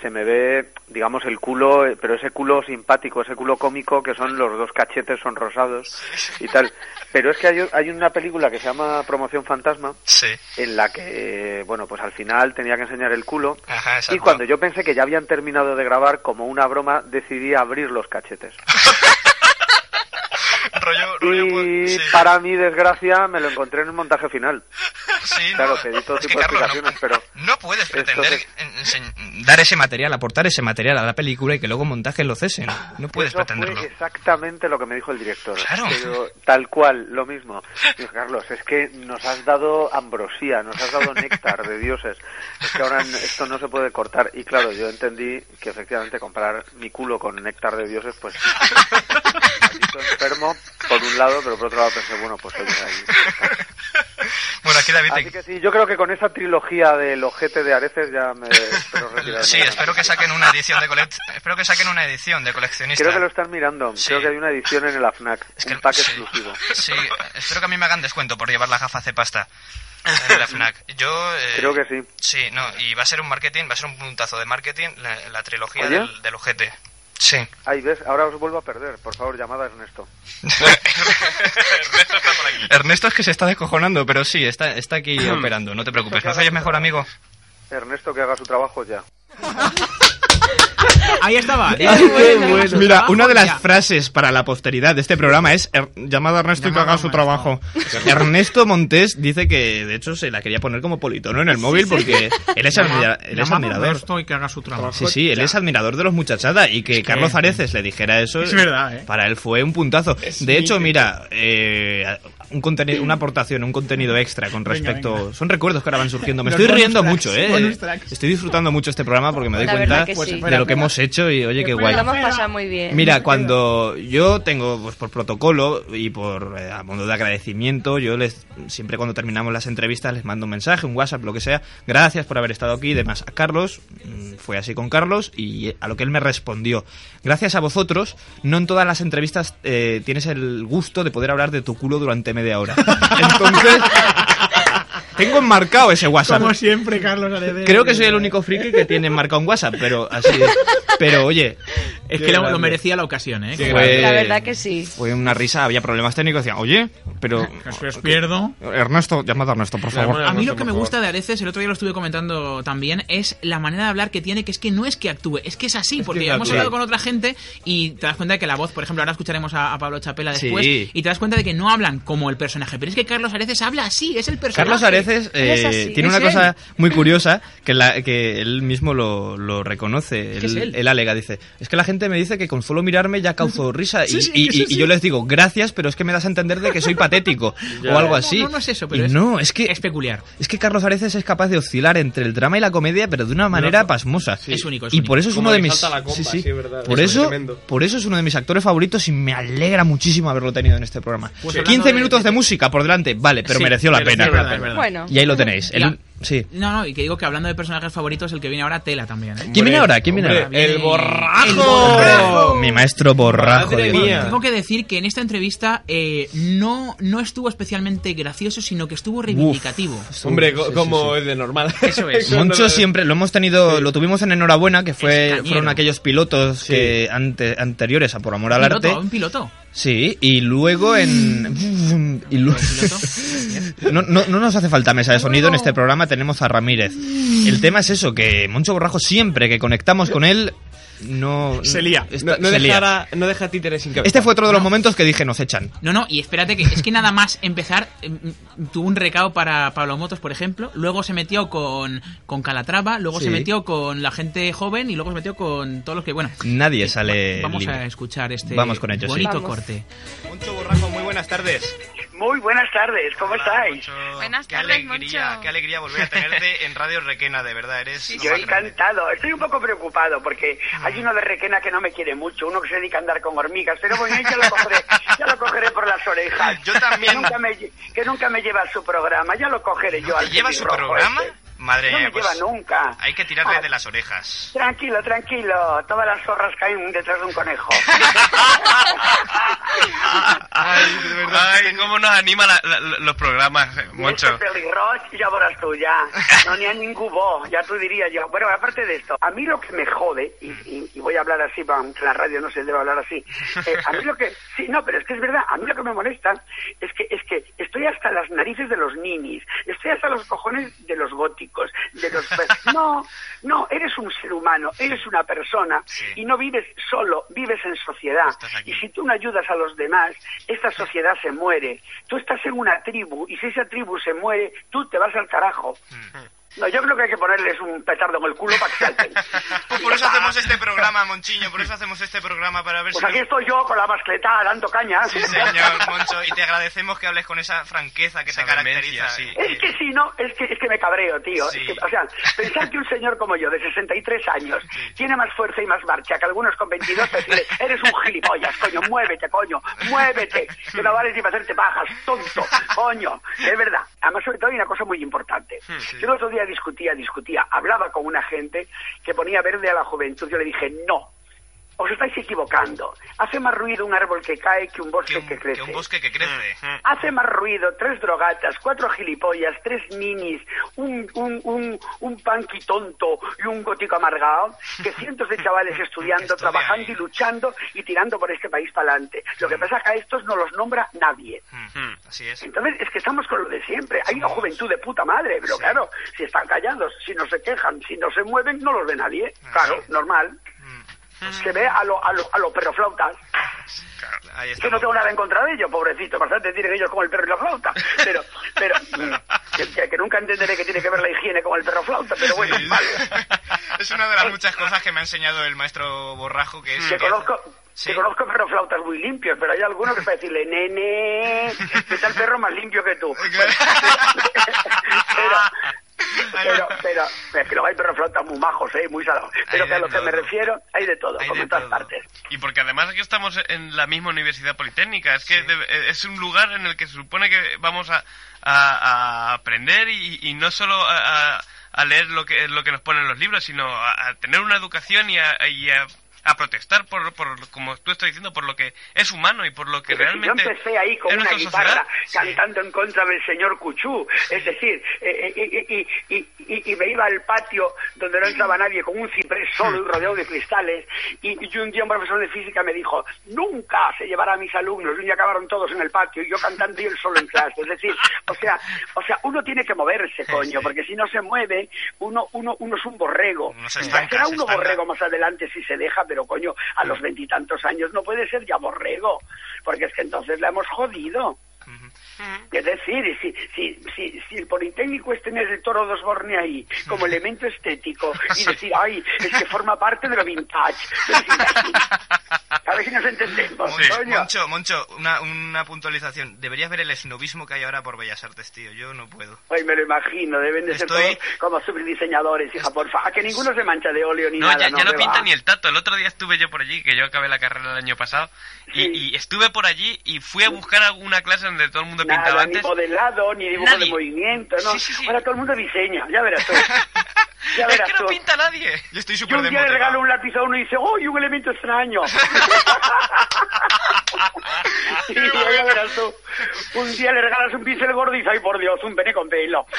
[SPEAKER 17] se me ve, digamos, el culo, eh, pero ese culo simpático, ese culo cómico, que son los dos cachetes sonrosados y tal. Pero es que hay, hay una película que se llama Promoción Fantasma,
[SPEAKER 12] Sí.
[SPEAKER 17] en la que, eh, bueno, pues al final tenía que enseñar el culo.
[SPEAKER 12] Ajá,
[SPEAKER 17] Y
[SPEAKER 12] exacto.
[SPEAKER 17] cuando yo pensé que ya habían terminado de grabar, como una broma, decidí abrir los cachetes.
[SPEAKER 12] pues,
[SPEAKER 17] y para mi desgracia me lo encontré en un montaje final. claro, pedí todo tipo de explicaciones, pero...
[SPEAKER 12] No puedes pretender que- en- enseñ-
[SPEAKER 4] Dar ese material, aportar ese material a la película y que luego montaje lo cesen. No puedes
[SPEAKER 17] Ah, Eso
[SPEAKER 4] pretenderlo.
[SPEAKER 17] Fue exactamente lo que me dijo el director.
[SPEAKER 4] Claro.
[SPEAKER 17] Pero tal cual, lo mismo. Dijo, Carlos, es que nos has dado ambrosía, nos has dado néctar de dioses. Es que ahora n- esto no se puede cortar. Y claro, yo entendí que efectivamente comparar mi culo con néctar de dioses, pues. maldito enfermo, por un lado, pero por otro lado pensé, bueno, pues oye, ahí.
[SPEAKER 12] Bueno, aquí David...
[SPEAKER 17] Así que sí, yo creo que con esa trilogía del ojete de Areces ya me espero retirarme.
[SPEAKER 12] Sí, espero que saquen una edición de colec- espero que saquen una edición de coleccionista.
[SPEAKER 17] Creo que lo están mirando. Creo que hay una edición en el AFNAC. un pack exclusivo.
[SPEAKER 12] Sí, espero que a mí me hagan descuento por llevar las gafas de pasta en la FNAC. Yo... eh,
[SPEAKER 17] Creo que sí.
[SPEAKER 12] Sí, no, y va a ser un marketing, va a ser un puntazo de marketing la, la trilogía
[SPEAKER 17] ¿Oye?
[SPEAKER 12] del, del ojete. Sí.
[SPEAKER 17] Ahí ves, ahora os vuelvo a perder. Por favor, llamada a Ernesto.
[SPEAKER 4] Ernesto es que se está descojonando, pero sí, está, está aquí operando, no te preocupes. ¿Nos oyes mejor, amigo?
[SPEAKER 17] Ernesto, que haga su trabajo ya.
[SPEAKER 7] Ahí estaba.
[SPEAKER 4] Mira, una de las frases para la posteridad de este programa es Er- llamado a Ernesto y que haga su trabajo. Ernesto Montes dice que, de hecho, se la quería poner como politono en el móvil
[SPEAKER 7] sí.
[SPEAKER 4] porque él es,
[SPEAKER 7] Llama-
[SPEAKER 4] admira- él es
[SPEAKER 7] llamamos a
[SPEAKER 4] admirador.
[SPEAKER 7] Ernesto y que haga su trabajo.
[SPEAKER 4] Sí, sí, él es admirador de los muchachadas y que Carlos Areces le dijera eso.
[SPEAKER 7] Es verdad, ¿eh?
[SPEAKER 4] Para él fue un puntazo. de
[SPEAKER 7] mi
[SPEAKER 4] hecho,
[SPEAKER 7] idea.
[SPEAKER 4] mira, eh, un contenido, una aportación, un contenido extra con
[SPEAKER 7] Venga,
[SPEAKER 4] respecto. Son recuerdos que ahora van surgiendo. Me
[SPEAKER 7] Los
[SPEAKER 4] estoy
[SPEAKER 7] bonus
[SPEAKER 4] riendo
[SPEAKER 7] tracks,
[SPEAKER 4] mucho, ¿eh?
[SPEAKER 7] bonus tracks. Pues
[SPEAKER 4] Estoy disfrutando mucho este programa porque me doy
[SPEAKER 6] La
[SPEAKER 4] cuenta
[SPEAKER 6] verdad que sí.
[SPEAKER 4] de lo que hemos hecho y oye, qué guay.
[SPEAKER 6] Lo hemos pasado muy bien.
[SPEAKER 4] Mira, cuando yo tengo, pues por protocolo y por eh, a modo de agradecimiento, yo les siempre cuando terminamos las entrevistas les mando un mensaje, un WhatsApp, lo que sea. Gracias por haber estado aquí y demás. A Carlos, mm, fue así con Carlos y eh, a lo que él me respondió. Gracias a vosotros, no en todas las entrevistas eh, tienes el gusto de poder hablar de tu culo durante media hora. Entonces, tengo enmarcado ese WhatsApp.
[SPEAKER 7] Como siempre, Carlos Areces.
[SPEAKER 4] Creo que soy el único friki que tiene marcado un WhatsApp, pero así Pero oye.
[SPEAKER 7] Es
[SPEAKER 4] qué
[SPEAKER 7] que lo, lo
[SPEAKER 4] grande.
[SPEAKER 7] merecía la ocasión, ¿eh?
[SPEAKER 4] Qué grande.
[SPEAKER 6] La verdad que sí.
[SPEAKER 4] Fue una risa, había problemas técnicos. Decían, oye, pero.
[SPEAKER 7] Que os Pues, pierdo.
[SPEAKER 4] Ernesto, llamad a Ernesto, por favor.
[SPEAKER 7] A mí lo que me gusta de Areces, el otro día lo estuve comentando también, es la manera de hablar que tiene, que es que no es que actúe, es que es así, porque
[SPEAKER 4] no
[SPEAKER 7] hemos
[SPEAKER 4] actúa.
[SPEAKER 7] hablado con otra gente y te das cuenta de que la voz, por ejemplo, ahora escucharemos a, a Pablo Chapela
[SPEAKER 4] Sí.
[SPEAKER 7] después, y te das cuenta de que no hablan como el personaje, pero es que Carlos Areces habla así, es el personaje.
[SPEAKER 4] Carlos Areces eh, tiene una cosa muy curiosa que, la, que él mismo lo, lo reconoce.
[SPEAKER 7] Es que
[SPEAKER 4] él,
[SPEAKER 7] es él.
[SPEAKER 4] él alega, dice: Es que la gente me dice que con solo mirarme ya causo risa.
[SPEAKER 7] Sí,
[SPEAKER 4] y,
[SPEAKER 7] sí,
[SPEAKER 4] y-
[SPEAKER 7] eso
[SPEAKER 4] y- y yo les digo, gracias, pero es que me das a entender de que soy patético o algo así.
[SPEAKER 7] No, no, no es eso, pero
[SPEAKER 4] Y
[SPEAKER 7] es,
[SPEAKER 4] no, es que.
[SPEAKER 7] es peculiar.
[SPEAKER 4] Es que Carlos Areces es capaz de oscilar entre el drama y la comedia, pero de una manera pasmosa.
[SPEAKER 7] Es único, es
[SPEAKER 4] y
[SPEAKER 7] único.
[SPEAKER 4] por eso es
[SPEAKER 7] Como
[SPEAKER 4] uno de
[SPEAKER 7] que
[SPEAKER 4] mis.
[SPEAKER 7] salta la comba, sí, es verdad.
[SPEAKER 4] Por
[SPEAKER 7] Eso es
[SPEAKER 4] eso,
[SPEAKER 7] tremendo.
[SPEAKER 4] por eso es uno de mis actores favoritos y me alegra muchísimo haberlo tenido en este programa.
[SPEAKER 7] Pues hablando
[SPEAKER 4] 15
[SPEAKER 7] de-
[SPEAKER 4] minutos de música por delante, vale, pero
[SPEAKER 7] Sí,
[SPEAKER 4] mereció la
[SPEAKER 7] mereció
[SPEAKER 4] pena.
[SPEAKER 7] la pena, es verdad. Bueno.
[SPEAKER 4] Y ahí lo tenéis. El-
[SPEAKER 7] Y a-
[SPEAKER 4] Sí.
[SPEAKER 7] No, no, y que digo que hablando de personajes favoritos, el que viene ahora tela también. ¿eh?
[SPEAKER 4] ¿Quién viene ahora? ¿Quién viene
[SPEAKER 5] hombre,
[SPEAKER 4] ahora?
[SPEAKER 5] el borrajo.
[SPEAKER 7] ¡El borrajo!
[SPEAKER 4] Mi maestro borrajo.
[SPEAKER 7] Madre
[SPEAKER 4] Dios.
[SPEAKER 7] Tengo que decir que en esta entrevista eh, no, no estuvo especialmente gracioso, sino que estuvo reivindicativo.
[SPEAKER 5] Hombre, co- como es de normal. Eso
[SPEAKER 4] Pues Moncho siempre lo hemos tenido, lo tuvimos en Enhorabuena, que fue,
[SPEAKER 7] cañero.
[SPEAKER 4] fueron aquellos pilotos que ante- anteriores a Por Amor al
[SPEAKER 7] Piloto,
[SPEAKER 4] Arte.
[SPEAKER 7] un piloto.
[SPEAKER 4] Sí, y luego en. y lu- no, no- no nos hace falta mesa de sonido en este programa, tenemos a Ramírez. El tema es eso, que Moncho Borrajo siempre que conectamos con él. No.
[SPEAKER 5] Se lía.
[SPEAKER 4] está-
[SPEAKER 5] No, no
[SPEAKER 4] se lía.
[SPEAKER 5] dejara- no deja títeres sin cabeza.
[SPEAKER 4] Este fue otro de los momentos que dije, nos echan.
[SPEAKER 7] No, no, y espérate que es que nada más empezar eh, mm, tuvo un recao para Pablo Motos, por ejemplo, luego se metió con, con Calatrava, luego
[SPEAKER 4] Sí.
[SPEAKER 7] se metió con la gente joven y luego se metió con todos los que, bueno,
[SPEAKER 4] Nadie sale.
[SPEAKER 7] vamos
[SPEAKER 4] libre.
[SPEAKER 7] a escuchar este
[SPEAKER 4] Eh, Vamos con ello, sí.
[SPEAKER 7] bonito
[SPEAKER 4] Vamos.
[SPEAKER 7] corte.
[SPEAKER 12] Moncho Borrajo, muy buenas tardes.
[SPEAKER 16] Muy buenas tardes, ¿cómo estáis?
[SPEAKER 12] Buenas qué
[SPEAKER 16] tardes,
[SPEAKER 12] alegría, Qué alegría volver a tenerte en Radio Requena, de verdad, eres... lo
[SPEAKER 16] Yo
[SPEAKER 12] más grande.
[SPEAKER 16] encantado, estoy un poco preocupado porque
[SPEAKER 12] Mm.
[SPEAKER 16] hay uno de Requena que no me quiere mucho, uno que se dedica a andar con hormigas, pero bueno, ya lo cogeré, ya lo cogeré por las orejas. Yo también. Que nunca me, lle- que nunca me lleva a su programa, ya lo cogeré yo al
[SPEAKER 12] ¿Lleva su
[SPEAKER 16] pelirrojo
[SPEAKER 12] programa?
[SPEAKER 16] este.
[SPEAKER 12] Madre
[SPEAKER 16] No
[SPEAKER 12] mía,
[SPEAKER 16] me lleva
[SPEAKER 12] pues
[SPEAKER 16] nunca.
[SPEAKER 12] hay que tirarle
[SPEAKER 16] Ah.
[SPEAKER 12] de las orejas.
[SPEAKER 16] Tranquilo, tranquilo, todas las zorras caen detrás de un conejo.
[SPEAKER 12] Ay, cómo nos anima la- la- los programas, eh, Moncho.
[SPEAKER 16] Este pelirrojo, ya verás tú, ya. No ni a ningún voz, ya tú dirías yo. Bueno, aparte de esto, a mí lo que me jode, y, y- y voy a hablar así, pa- aunque en la radio no se debe hablar así, eh, a mí lo que... Sí, no, pero es que es verdad, a mí lo que me molesta es que, es que estoy hasta las narices de los ninis, estoy hasta los cojones de los góticos, de los... No, no, eres un ser humano, eres una persona y no vives solo, vives en sociedad. Y si tú no ayudas a los demás, esta sociedad se muere. Tú estás en una tribu y si esa tribu se muere, tú te vas al carajo.
[SPEAKER 12] Mm.
[SPEAKER 16] No, yo creo que hay que ponerles un petardo en el culo para que salten.
[SPEAKER 12] Pues por eso hacemos este programa, Monchiño, por eso hacemos este programa para ver
[SPEAKER 16] Pues
[SPEAKER 12] si...
[SPEAKER 16] aquí estoy yo con la mascleta dando cañas.
[SPEAKER 12] Sí, señor Moncho, y te agradecemos que hables con esa franqueza que te caracteriza.
[SPEAKER 16] Es que si no, es que, es que me cabreo, tío. Es que, o sea, pensar que un señor como yo, de 63 años, tiene más fuerza y más marcha que algunos con 22, decirle, eres un gilipollas, coño, muévete, coño, muévete, que no vales ni para hacerte bajas, tonto, coño. Es verdad. Además, sobre todo, hay una cosa muy importante.
[SPEAKER 18] Sí.
[SPEAKER 16] Yo el otro día discutía, discutía, hablaba con una gente que ponía verde a la juventud, yo le dije, no. Os estáis equivocando. Hace más ruido un árbol que cae que un bosque que crece.
[SPEAKER 12] Un bosque que crece.
[SPEAKER 16] Hace más ruido tres drogatas, cuatro gilipollas, tres ninis, un, un, un, un punky tonto y un gótico amargado que cientos de chavales estudiando, trabajando y luchando y tirando por este país para adelante. Lo que pasa es que a estos no los nombra nadie.
[SPEAKER 12] Hmm, Así es.
[SPEAKER 16] Entonces es que estamos con lo de siempre. Hay una juventud de puta madre, pero claro, si están callados, si no se quejan, si no se mueven, no los ve nadie.
[SPEAKER 12] Ah,
[SPEAKER 16] Claro, normal.
[SPEAKER 12] Mm.
[SPEAKER 16] Se ve a los a lo, a lo perroflautas.
[SPEAKER 12] Ahí está.
[SPEAKER 16] Yo no tengo nada en contra de ellos, pobrecito. Bastante tienen ellos como el perro y la flauta. Pero, pero, que, que- que nunca entenderé que tiene que ver la higiene con el perro flauta, pero bueno, vale.
[SPEAKER 12] Es una de las muchas cosas que me ha enseñado el maestro Borrajo, que es...
[SPEAKER 16] Que conozco, que conozco perros flautas muy limpios, pero hay algunos que para decirle, nene, que está el perro más limpio que tú. pero, pero, pero, pero que luego hay perros flautas muy majos, ¿eh? muy salados. Pero que a lo que me refiero, hay de todo, como en todas partes.
[SPEAKER 19] Y porque además es que estamos en la misma universidad politécnica, es que de- es un lugar en el que se supone que vamos a, a- a aprender y, y no solo a, a- a leer lo que, lo que nos ponen los libros, sino a, a tener una educación y a, y a- a protestar por, por, como tú estás diciendo, por lo que es humano y por lo que
[SPEAKER 16] Pero si
[SPEAKER 19] realmente...
[SPEAKER 16] yo empecé ahí con
[SPEAKER 19] es
[SPEAKER 16] una
[SPEAKER 19] nuestra
[SPEAKER 16] guitarra
[SPEAKER 19] sociedad.
[SPEAKER 16] cantando en contra del señor Cuchú, es decir, eh, eh, y, y- y- y- y me iba al patio donde no entraba nadie con un ciprés solo y rodeado de cristales, y, y un día un profesor de física me dijo, nunca se llevará a mis alumnos, y un día acabaron todos en el patio, y yo cantando y él solo en clase, es decir, o sea, o sea, uno tiene que moverse, coño, porque si no se mueve, uno, uno, uno es un borrego,
[SPEAKER 12] se estanca,
[SPEAKER 16] será
[SPEAKER 12] se
[SPEAKER 16] uno
[SPEAKER 12] estanca.
[SPEAKER 16] borrego más adelante si se deja, pero coño, a los veintitantos años no puede ser ya borrego, porque es que entonces la hemos jodido. Es decir, si, si, si, si el Politécnico es tener el toro de Osborne ahí como elemento estético y decir, ay, es que forma parte de lo vintage. Es decir, así. A ver si nos entendemos,
[SPEAKER 12] Moncho,
[SPEAKER 16] coño.
[SPEAKER 12] Moncho, Moncho, una, una puntualización. Deberías ver el esnovismo que hay ahora por Bellas Artes, tío. Yo no puedo.
[SPEAKER 16] Ay, me lo imagino, deben de ser
[SPEAKER 12] Estoy-
[SPEAKER 16] todos como superdiseñadores, hija, porfa. A que ninguno se mancha de óleo ni
[SPEAKER 19] No,
[SPEAKER 16] nada,
[SPEAKER 19] ya, ya no
[SPEAKER 16] me
[SPEAKER 19] pinta
[SPEAKER 16] va.
[SPEAKER 19] ni el tato. El otro día estuve yo por allí, que yo acabé la carrera el año pasado, y, y estuve por allí y fui a buscar alguna clase donde todo el mundo
[SPEAKER 20] pintaba
[SPEAKER 16] nada,
[SPEAKER 20] antes.
[SPEAKER 16] Ni modelado, ni dibujo
[SPEAKER 20] Nadie.
[SPEAKER 16] de movimiento, no.
[SPEAKER 20] Sí, sí, sí.
[SPEAKER 16] Ahora todo el mundo diseña, ya verás tú. Ya verás
[SPEAKER 20] es que no
[SPEAKER 16] tú.
[SPEAKER 20] pinta nadie.
[SPEAKER 21] Yo estoy
[SPEAKER 16] Yo un día le regalo un lápiz a uno y dice, ¡Uy, un elemento extraño! Sí, ya verás tú. Un día le regalas un pincel gordo y dice, ¡ay, por Dios, un pene con pelo!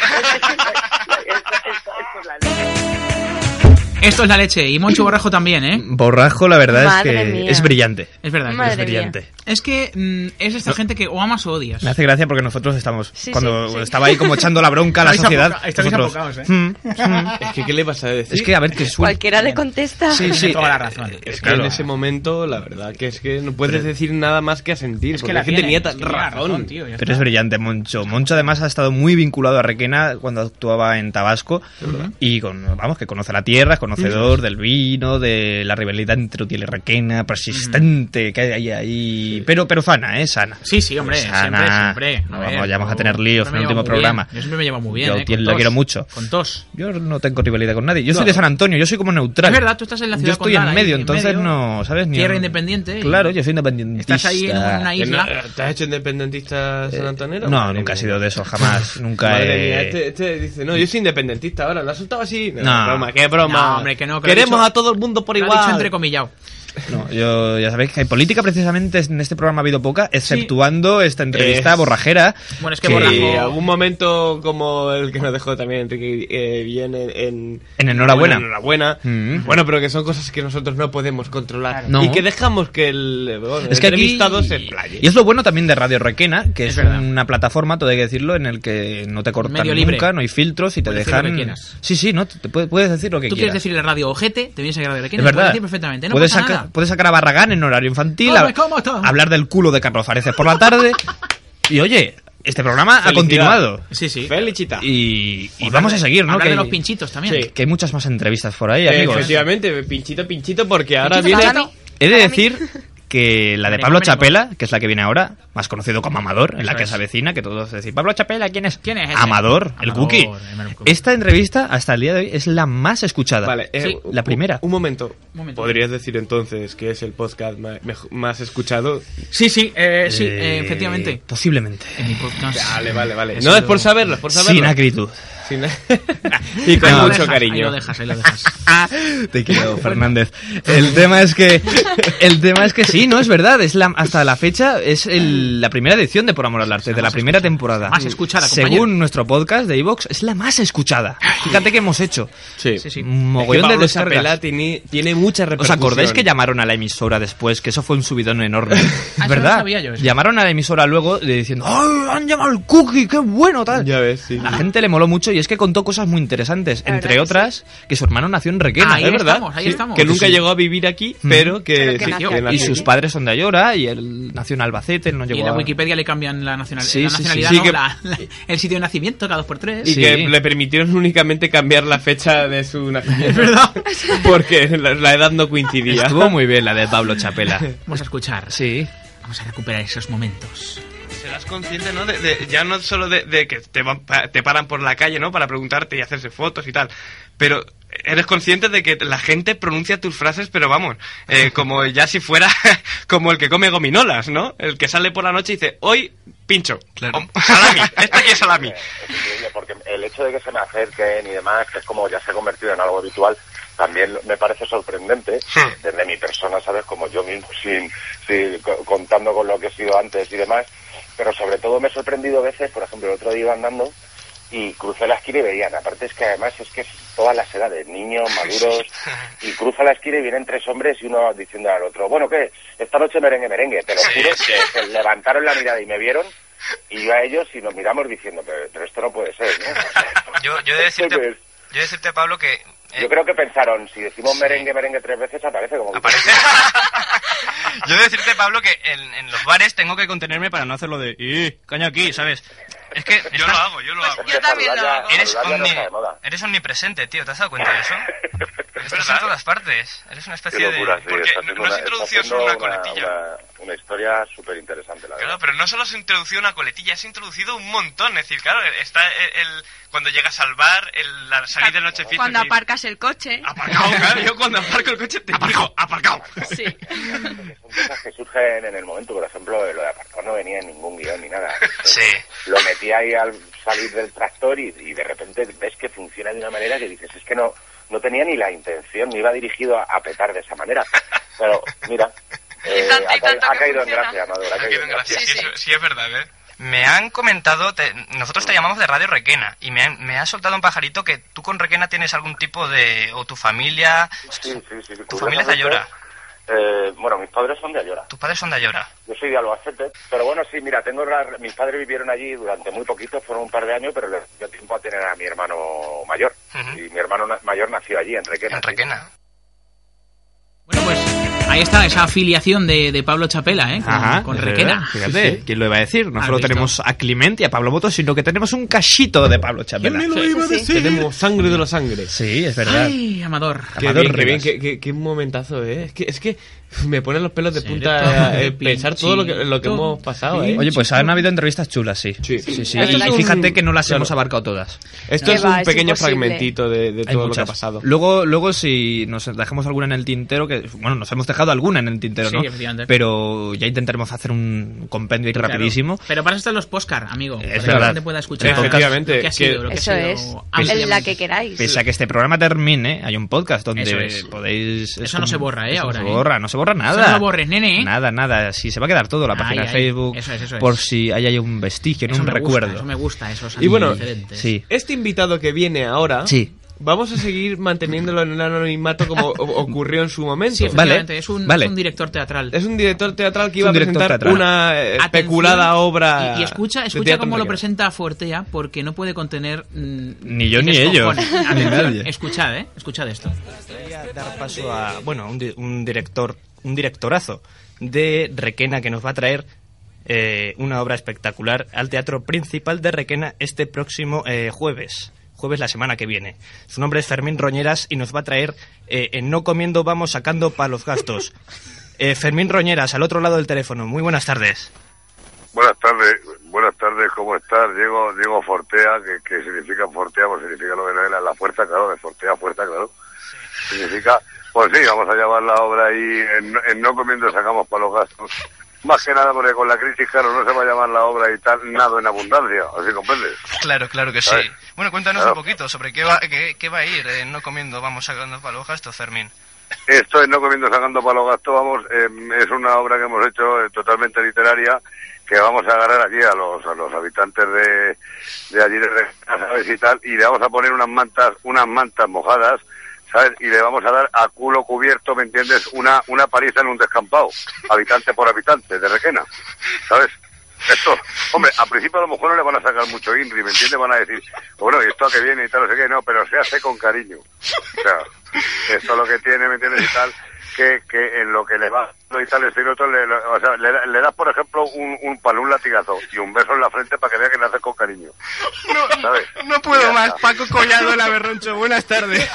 [SPEAKER 7] Esto es la leche. Y Moncho Borrajo también, ¿eh?
[SPEAKER 4] Borrajo, la verdad es
[SPEAKER 7] Madre
[SPEAKER 4] que
[SPEAKER 7] mía.
[SPEAKER 4] es brillante.
[SPEAKER 7] Es verdad,
[SPEAKER 4] Mm, es
[SPEAKER 7] Madre
[SPEAKER 4] brillante.
[SPEAKER 7] Es que mm, es esta gente que o amas o odias.
[SPEAKER 4] Me hace gracia porque nosotros estamos.
[SPEAKER 7] Sí,
[SPEAKER 4] cuando
[SPEAKER 7] sí, sí.
[SPEAKER 4] estaba ahí como echando la bronca a la
[SPEAKER 7] Estáis
[SPEAKER 4] sociedad.
[SPEAKER 7] apoca- estáis
[SPEAKER 4] nosotros,
[SPEAKER 7] apocaos, ¿eh?
[SPEAKER 4] "Mm,
[SPEAKER 6] Es
[SPEAKER 5] que, ¿qué le vas a decir?
[SPEAKER 4] Es que, a ver, que suena.
[SPEAKER 6] Cualquiera le contesta.
[SPEAKER 5] Sí, sí.
[SPEAKER 7] Toda la razón.
[SPEAKER 5] Eh, Es que
[SPEAKER 4] Claro.
[SPEAKER 5] en ese momento, la verdad, que es que no puedes
[SPEAKER 4] Pero-
[SPEAKER 5] decir nada más que asentir. porque es que tenía tan razón.
[SPEAKER 4] Pero es brillante, Moncho. Moncho además ha estado muy vinculado a Requena cuando actuaba en Tabasco y con, vamos, que conoce la tierra, es conocedor
[SPEAKER 7] Mm.
[SPEAKER 4] del vino, de la rivalidad entre Utiel y Requena, persistente que hay ahí, ahí. pero pero fana, eh, sana.
[SPEAKER 7] Sí, sí, hombre, siempre, siempre.
[SPEAKER 4] No,
[SPEAKER 7] A ver,
[SPEAKER 4] vamos, ya vamos a
[SPEAKER 7] yo
[SPEAKER 4] tener líos
[SPEAKER 7] siempre
[SPEAKER 4] en el
[SPEAKER 7] me llevo
[SPEAKER 4] último
[SPEAKER 7] muy
[SPEAKER 4] programa.
[SPEAKER 7] bien. Yo siempre me llevo muy bien,
[SPEAKER 4] Yo
[SPEAKER 7] eh,
[SPEAKER 4] a Utiel
[SPEAKER 7] con
[SPEAKER 4] lo
[SPEAKER 7] tos.
[SPEAKER 4] quiero mucho.
[SPEAKER 7] Con tos.
[SPEAKER 4] Yo no tengo rivalidad con nadie. Yo soy
[SPEAKER 7] No.
[SPEAKER 4] de San Antonio, yo soy como neutral.
[SPEAKER 7] Es verdad, tú estás en la
[SPEAKER 4] Yo
[SPEAKER 7] ciudad
[SPEAKER 4] estoy
[SPEAKER 7] condal,
[SPEAKER 4] en
[SPEAKER 7] ahí,
[SPEAKER 4] medio,
[SPEAKER 7] en
[SPEAKER 4] entonces
[SPEAKER 7] medio.
[SPEAKER 4] no, ¿sabes? Ni
[SPEAKER 7] Tierra
[SPEAKER 4] un-
[SPEAKER 7] independiente y-
[SPEAKER 4] Claro, yo soy independentista. Eh,
[SPEAKER 7] Estás ahí en una
[SPEAKER 5] Que
[SPEAKER 7] isla.
[SPEAKER 5] no- eh, ¿Te has hecho independentista San Antonero?
[SPEAKER 4] No, nunca he sido de eso, jamás. nunca
[SPEAKER 5] Madre
[SPEAKER 4] he...
[SPEAKER 5] mía, este, este dice, no, yo soy independentista ahora, lo ha soltado así. No,
[SPEAKER 4] No.
[SPEAKER 5] broma, qué broma.
[SPEAKER 4] No, hombre, que no, que lo
[SPEAKER 5] Queremos
[SPEAKER 4] ha dicho-
[SPEAKER 5] a todo el mundo por
[SPEAKER 4] lo ha
[SPEAKER 5] igual.
[SPEAKER 4] dicho
[SPEAKER 7] entrecomillado.
[SPEAKER 4] No, yo ya sabéis que hay política precisamente en este programa ha habido poca, exceptuando esta entrevista
[SPEAKER 5] Es-
[SPEAKER 4] borrajera.
[SPEAKER 5] en algún momento como el que nos dejó también Enrique eh, bien en, en-
[SPEAKER 4] En enhorabuena.
[SPEAKER 5] Bueno, enhorabuena.
[SPEAKER 4] Mm.
[SPEAKER 5] Bueno, pero que son cosas que nosotros no podemos controlar.
[SPEAKER 4] No.
[SPEAKER 5] Y que dejamos que el, bueno,
[SPEAKER 4] Es que
[SPEAKER 5] el
[SPEAKER 4] aquí-
[SPEAKER 5] entrevistado se playe.
[SPEAKER 4] Y es lo bueno también de Radio Requena, que es,
[SPEAKER 5] Es verdad.
[SPEAKER 4] una plataforma, todo hay que decirlo, en el que no te cortan
[SPEAKER 7] Medio libre.
[SPEAKER 4] nunca, no hay filtros y te
[SPEAKER 7] Puedes decir
[SPEAKER 4] dejan.
[SPEAKER 7] lo que quieras.
[SPEAKER 4] sí, sí, no, te, te puedes- puedes decir lo que
[SPEAKER 7] Tú quieres
[SPEAKER 4] quieras.
[SPEAKER 7] decirle a radio ojete, te vienes a Radio Requena, lo
[SPEAKER 4] es
[SPEAKER 7] puedes
[SPEAKER 4] verdad.
[SPEAKER 7] decir perfectamente. No
[SPEAKER 4] puedes,
[SPEAKER 7] pasa
[SPEAKER 4] saca-
[SPEAKER 7] nada.
[SPEAKER 4] puedes sacar a Barragán en horario infantil,
[SPEAKER 7] Hombre,
[SPEAKER 4] a-
[SPEAKER 7] ¿cómo está?
[SPEAKER 4] hablar del culo de Carlos Fareces por la tarde. y oye, este programa ha
[SPEAKER 5] Felicidad.
[SPEAKER 4] continuado.
[SPEAKER 7] Sí, sí.
[SPEAKER 5] Felicita.
[SPEAKER 4] Y, y vamos a seguir, ¿no?
[SPEAKER 5] hablar
[SPEAKER 4] Que
[SPEAKER 5] de
[SPEAKER 4] hay-
[SPEAKER 5] los pinchitos también.
[SPEAKER 4] Sí, que hay muchas más entrevistas por ahí, amigos.
[SPEAKER 5] Efectivamente, pinchito, pinchito, porque ahora
[SPEAKER 4] Pinchito,
[SPEAKER 5] viene...
[SPEAKER 4] Dani. He de decir que la de Pablo Chapela, que es la que viene ahora, más conocido como Amador, en la
[SPEAKER 5] Eso
[SPEAKER 4] que
[SPEAKER 5] es.
[SPEAKER 4] se avecina, que todos decís, Pablo Chapela, ¿quién es?
[SPEAKER 7] ¿Quién es ese?
[SPEAKER 4] Amador, el cookie. Esta entrevista, hasta el día de hoy, es la más escuchada.
[SPEAKER 5] Vale, eh,
[SPEAKER 4] Sí, la primera.
[SPEAKER 5] Un momento.
[SPEAKER 7] momento.
[SPEAKER 5] ¿Podrías decir entonces que es el podcast ma- mej- más escuchado?
[SPEAKER 7] Sí, sí, eh, sí,
[SPEAKER 4] Eh,
[SPEAKER 7] eh, efectivamente.
[SPEAKER 4] Posiblemente.
[SPEAKER 7] En mi podcast.
[SPEAKER 5] Vale, vale, vale.
[SPEAKER 4] Ha
[SPEAKER 5] No,
[SPEAKER 4] sido-
[SPEAKER 5] es por saberlo, es por saberlo.
[SPEAKER 4] Sin acritud.
[SPEAKER 5] Sin- y con
[SPEAKER 4] Ahí lo
[SPEAKER 5] mucho
[SPEAKER 4] dejas,
[SPEAKER 5] cariño.
[SPEAKER 4] ahí lo
[SPEAKER 7] dejas, ahí lo dejas.
[SPEAKER 4] Te quiero, Fernández. El tema es que el tema es que sí, no es verdad, es la, hasta la fecha es el- la primera edición de Por amor al arte de la primera temporada.
[SPEAKER 7] más escuchada, compañero.
[SPEAKER 4] Según nuestro podcast de iVox, es la más escuchada. Fíjate que hemos hecho.
[SPEAKER 5] Sí.
[SPEAKER 4] Mogollón de
[SPEAKER 5] Pablo
[SPEAKER 4] descargas.
[SPEAKER 5] Chapela tiene, tiene mucha
[SPEAKER 4] ¿Os
[SPEAKER 5] repercusión.
[SPEAKER 4] acordáis que llamaron a la emisora después? Que eso fue un subidón enorme.
[SPEAKER 5] Ah, no
[SPEAKER 4] Es
[SPEAKER 5] lo
[SPEAKER 4] ¿Verdad?
[SPEAKER 5] sabía yo, eso.
[SPEAKER 4] Llamaron a la emisora luego eh, diciendo ¡Ay, han llamado al cookie! ¡Qué bueno! Tal.
[SPEAKER 5] Ya ves, sí.
[SPEAKER 4] La gente le moló mucho y es que contó cosas muy interesantes.
[SPEAKER 5] La
[SPEAKER 4] entre
[SPEAKER 5] verdad que
[SPEAKER 4] otras, que su hermano nació en Requena,
[SPEAKER 5] Ahí
[SPEAKER 4] es verdad.
[SPEAKER 5] estamos, ahí Sí, estamos. que nunca llegó a vivir aquí, pero que Pero que sí, nació que aquí.
[SPEAKER 4] Mm.
[SPEAKER 5] nació
[SPEAKER 4] Y
[SPEAKER 5] aquí.
[SPEAKER 4] sus padres son de Ayora y él nació en Albacete, él no
[SPEAKER 7] Y
[SPEAKER 4] llegó
[SPEAKER 7] en la
[SPEAKER 4] a...
[SPEAKER 7] Wikipedia le cambian la, nacional-
[SPEAKER 4] Sí,
[SPEAKER 7] la
[SPEAKER 4] sí, sí.
[SPEAKER 7] nacionalidad,
[SPEAKER 4] Sí,
[SPEAKER 7] ¿no?
[SPEAKER 4] que-
[SPEAKER 7] La- la- el sitio de nacimiento cada dos por tres.
[SPEAKER 5] Y que le permitieron únicamente cambiar la fecha de su nacimiento. Porque la, la edad no coincidía.
[SPEAKER 4] Estuvo muy bien la de Pablo Chapela.
[SPEAKER 7] Vamos a escuchar.
[SPEAKER 4] Sí.
[SPEAKER 7] Vamos a recuperar esos momentos.
[SPEAKER 5] Serás consciente, ¿no? De, de- ya no solo de, de que te, van pa- te paran por la calle, ¿no? Para preguntarte y hacerse fotos y tal. Pero eres consciente de que la gente pronuncia tus frases, pero vamos, eh, como ya si fuera como el que come gominolas, ¿no? El que sale por la noche y dice, hoy pincho. O, salami. Esta aquí es salami.
[SPEAKER 22] increíble, porque el hecho de que se me acerquen y demás, que es como ya se ha convertido en algo habitual, también me parece sorprendente desde mi persona, ¿sabes? Como yo mismo, sin, sin- co- contando con lo que he sido antes y demás. Pero sobre todo me he sorprendido a veces, por ejemplo, el otro día iba andando y crucé la esquina y veían. Aparte es que además es que es todas las edades, niños, maduros, y cruza la esquina y vienen tres hombres y uno diciendo al otro, bueno, ¿qué? Esta noche merengue, merengue. Te lo juro que se levantaron la mirada y me vieron y yo a ellos y nos miramos diciendo, pero, pero esto no puede ser, ¿no?
[SPEAKER 21] Yo, yo he de decirte,
[SPEAKER 22] Entonces,
[SPEAKER 21] yo he de decirte, Pablo, que
[SPEAKER 22] yo creo que pensaron, si decimos merengue, merengue tres veces, aparece como... ¿Aparece?
[SPEAKER 21] Yo he de decirte, Pablo, que en, en los bares tengo que contenerme para no hacerlo de "Eh, coño aquí, ¿sabes? Es que yo lo hago, yo lo hago.
[SPEAKER 22] Yo también lo hago.
[SPEAKER 21] Eres,
[SPEAKER 22] Saludar ya no
[SPEAKER 21] omni-
[SPEAKER 22] está de moda.
[SPEAKER 21] eres omnipresente, tío, ¿te has dado cuenta de eso?
[SPEAKER 23] Pero estás en todas partes. Eres una especie
[SPEAKER 22] Qué locura,
[SPEAKER 23] de...
[SPEAKER 22] sí,
[SPEAKER 23] Porque no,
[SPEAKER 22] está haciendo
[SPEAKER 23] no has
[SPEAKER 22] una-
[SPEAKER 23] introducido
[SPEAKER 22] está
[SPEAKER 23] solo una
[SPEAKER 22] haciendo
[SPEAKER 23] coletilla.
[SPEAKER 22] Una, una historia súper interesante, la
[SPEAKER 23] Claro,
[SPEAKER 22] verdad.
[SPEAKER 23] pero no solo has introducido una coletilla, has introducido un montón. Es decir, claro, está el, el- cuando llegas al bar, el, la salida de noche fiesta.
[SPEAKER 6] Cuando
[SPEAKER 23] es decir,
[SPEAKER 6] aparcas el coche.
[SPEAKER 23] aparcado, claro, yo cuando aparco el coche te aparco, aparcado.
[SPEAKER 6] Sí.
[SPEAKER 22] Cosas que surgen en el momento, por ejemplo, lo de aparcar no venía en ningún guión ni nada.
[SPEAKER 23] Sí.
[SPEAKER 22] Lo metí ahí al salir del tractor y, y de repente ves que funciona de una manera que dices, es que no no tenía ni la intención, ni iba dirigido a, a petar de esa manera. Pero, mira, eh,
[SPEAKER 23] tanto y
[SPEAKER 22] ha, ca-
[SPEAKER 23] tanto
[SPEAKER 22] ha
[SPEAKER 23] que
[SPEAKER 22] caído en
[SPEAKER 23] funciona.
[SPEAKER 22] gracia, Amador, ha caído en gracia.
[SPEAKER 23] Sí, eso- sí, es verdad, ¿eh? Me han comentado, te- nosotros te llamamos de Radio Requena, y me, han- me ha soltado un pajarito que tú con Requena tienes algún tipo de... o tu familia...
[SPEAKER 22] Sí, sí, sí.
[SPEAKER 23] Tu familia es de Ayora.
[SPEAKER 22] Eh, bueno, mis padres son de Ayora.
[SPEAKER 23] Tus padres son de Ayora.
[SPEAKER 22] Yo soy de Albacete, pero bueno, sí, mira, tengo la- mis padres vivieron allí durante muy poquito, fueron un par de años, pero les dio tiempo a tener a mi hermano mayor. Y mi hermano na- mayor nació allí, en Requena. En
[SPEAKER 23] Requena.
[SPEAKER 7] Ahí está esa afiliación de, de Pablo Chapela, ¿eh? Con, con
[SPEAKER 24] es
[SPEAKER 7] Requena.
[SPEAKER 24] verdad, Fíjate,
[SPEAKER 7] Sí, sí.
[SPEAKER 24] ¿quién lo iba a decir? No
[SPEAKER 7] ¿Has
[SPEAKER 24] solo
[SPEAKER 7] visto?
[SPEAKER 24] tenemos a Clement y a Pablo Motos, sino que tenemos un cachito de Pablo Chapela.
[SPEAKER 7] ¿Quién me lo Sí, iba a sí, sí. decir?
[SPEAKER 24] Tenemos sangre de la sangre. Sí, es verdad.
[SPEAKER 7] Ay, Amador.
[SPEAKER 5] Qué
[SPEAKER 24] Amador
[SPEAKER 5] bien, qué, bien,
[SPEAKER 24] Rivas.
[SPEAKER 5] qué, qué- qué momentazo, ¿eh? Es que, es que me ponen los pelos de
[SPEAKER 24] todo
[SPEAKER 5] punta eh, pensar todo lo que, lo que
[SPEAKER 24] pinchito,
[SPEAKER 5] hemos pasado, ¿eh?
[SPEAKER 24] Oye, pues han habido entrevistas chulas, sí. Sí, sí.
[SPEAKER 5] Sí. Esto es
[SPEAKER 24] Y
[SPEAKER 5] un-
[SPEAKER 24] fíjate que no las
[SPEAKER 5] claro.
[SPEAKER 24] hemos abarcado todas.
[SPEAKER 5] Esto No, es un va, es pequeño imposible. fragmentito de- de
[SPEAKER 24] Hay
[SPEAKER 5] todo lo que
[SPEAKER 24] muchas.
[SPEAKER 5] ha pasado.
[SPEAKER 24] Luego, luego si nos dejamos alguna en el tintero, que bueno, nos hemos dejado alguna en el tintero,
[SPEAKER 7] Sí,
[SPEAKER 24] ¿no?
[SPEAKER 7] efectivamente.
[SPEAKER 24] Pero ya intentaremos hacer un compendio ahí
[SPEAKER 7] Claro.
[SPEAKER 24] rapidísimo.
[SPEAKER 7] Pero para eso están los postcards, amigo. para que la
[SPEAKER 24] verdad.
[SPEAKER 7] gente pueda escuchar
[SPEAKER 24] Efectivamente,
[SPEAKER 7] lo que ha
[SPEAKER 24] que-
[SPEAKER 7] sido, lo que ha
[SPEAKER 25] Eso
[SPEAKER 7] sido
[SPEAKER 25] es.
[SPEAKER 7] ampliamente.
[SPEAKER 25] En la que queráis.
[SPEAKER 24] Pese a que este programa termine, hay un podcast donde
[SPEAKER 7] Eso es.
[SPEAKER 24] podéis...
[SPEAKER 7] Eso no se borra, ¿eh?
[SPEAKER 24] Eso
[SPEAKER 7] Ahora,
[SPEAKER 24] No
[SPEAKER 7] ¿eh?
[SPEAKER 24] se borra, no se borra nada.
[SPEAKER 7] no lo borres, nene, ¿eh?
[SPEAKER 24] Nada, nada. Sí, se va a quedar todo, la
[SPEAKER 7] Ay,
[SPEAKER 24] página de
[SPEAKER 7] ay.
[SPEAKER 24] Facebook,
[SPEAKER 7] Eso es, eso es.
[SPEAKER 24] por si hay ahí un vestigio, ¿no?
[SPEAKER 7] Eso
[SPEAKER 24] un
[SPEAKER 7] me gusta,
[SPEAKER 24] recuerdo.
[SPEAKER 7] eso me gusta, esos
[SPEAKER 5] Y bueno,
[SPEAKER 7] diferentes.
[SPEAKER 24] Sí.
[SPEAKER 5] este invitado que viene ahora,
[SPEAKER 24] Sí.
[SPEAKER 5] vamos a seguir manteniéndolo en un anonimato como o- ocurrió en su momento.
[SPEAKER 7] Sí, efectivamente, es un, es un director teatral.
[SPEAKER 5] Es un director teatral
[SPEAKER 7] Es
[SPEAKER 5] que iba a
[SPEAKER 7] un director
[SPEAKER 5] presentar
[SPEAKER 7] teatral.
[SPEAKER 5] una eh,
[SPEAKER 7] Atención,
[SPEAKER 5] peculada obra.
[SPEAKER 7] Y, y escucha,
[SPEAKER 5] de
[SPEAKER 7] escucha
[SPEAKER 5] teatro
[SPEAKER 7] cómo lo
[SPEAKER 5] mexicano.
[SPEAKER 7] presenta Fuertea, porque no puede contener. mm,
[SPEAKER 24] Ni yo ni
[SPEAKER 7] descojones.
[SPEAKER 24] ellos, ni
[SPEAKER 7] Atención,
[SPEAKER 24] nadie.
[SPEAKER 7] Escuchad, ¿eh? Escuchad esto.
[SPEAKER 4] dar paso a bueno un, di- un director un directorazo de Requena que nos va a traer eh, una obra espectacular al teatro principal de Requena este próximo eh, jueves jueves la semana que viene su nombre es Fermín Roñeras y nos va a traer eh, en no comiendo vamos sacando para los gastos Eh, Fermín Roñeras al otro lado del teléfono muy buenas tardes
[SPEAKER 9] Buenas tardes, buenas tardes, ¿cómo estás? Diego, Diego Fortea, que, que significa Fortea, pues significa lo que no era la fuerza, claro, de Fortea, fuerza, claro. Significa, pues sí, vamos a llevar la obra ahí, en, en no comiendo sacamos para los gastos. Más que nada porque con la crisis, claro, no se va a llamar la obra y tal, nada en abundancia, así comprendes.
[SPEAKER 23] Claro, claro que sí.
[SPEAKER 9] Ay.
[SPEAKER 23] Bueno, cuéntanos
[SPEAKER 9] Claro.
[SPEAKER 23] un poquito sobre qué va, qué, qué va a ir. eh, no comiendo, vamos sacando para los gastos, Fermín.
[SPEAKER 9] Esto es No comiendo sacando para los gastos, vamos, em, es una obra que hemos hecho eh, totalmente literaria, que vamos a agarrar aquí a los, a los habitantes de, de allí de Requena, ¿sabes? Y tal, y le vamos a poner unas mantas, unas mantas mojadas, ¿sabes? Y le vamos a dar a culo cubierto, ¿me entiendes? Una, una paliza en un descampado, habitante por habitante, de Requena, ¿sabes? Esto, hombre, al principio a lo mejor no le van a sacar mucho INRI, ¿me entiendes? Van a decir, bueno, ¿y esto a qué viene y tal, no sé qué? No, pero se hace con cariño. O sea, esto lo que tiene, ¿me entiendes? Y tal, que, que en lo que le va dando y tal, esto y lo otro, le, lo- o sea, le, da- le das, por ejemplo, un, un palo, un latigazo y un beso en la frente para que vea que le haces con cariño. ¿Sabes?
[SPEAKER 26] No puedo más, Paco Collado, la berroncho. Buenas tardes.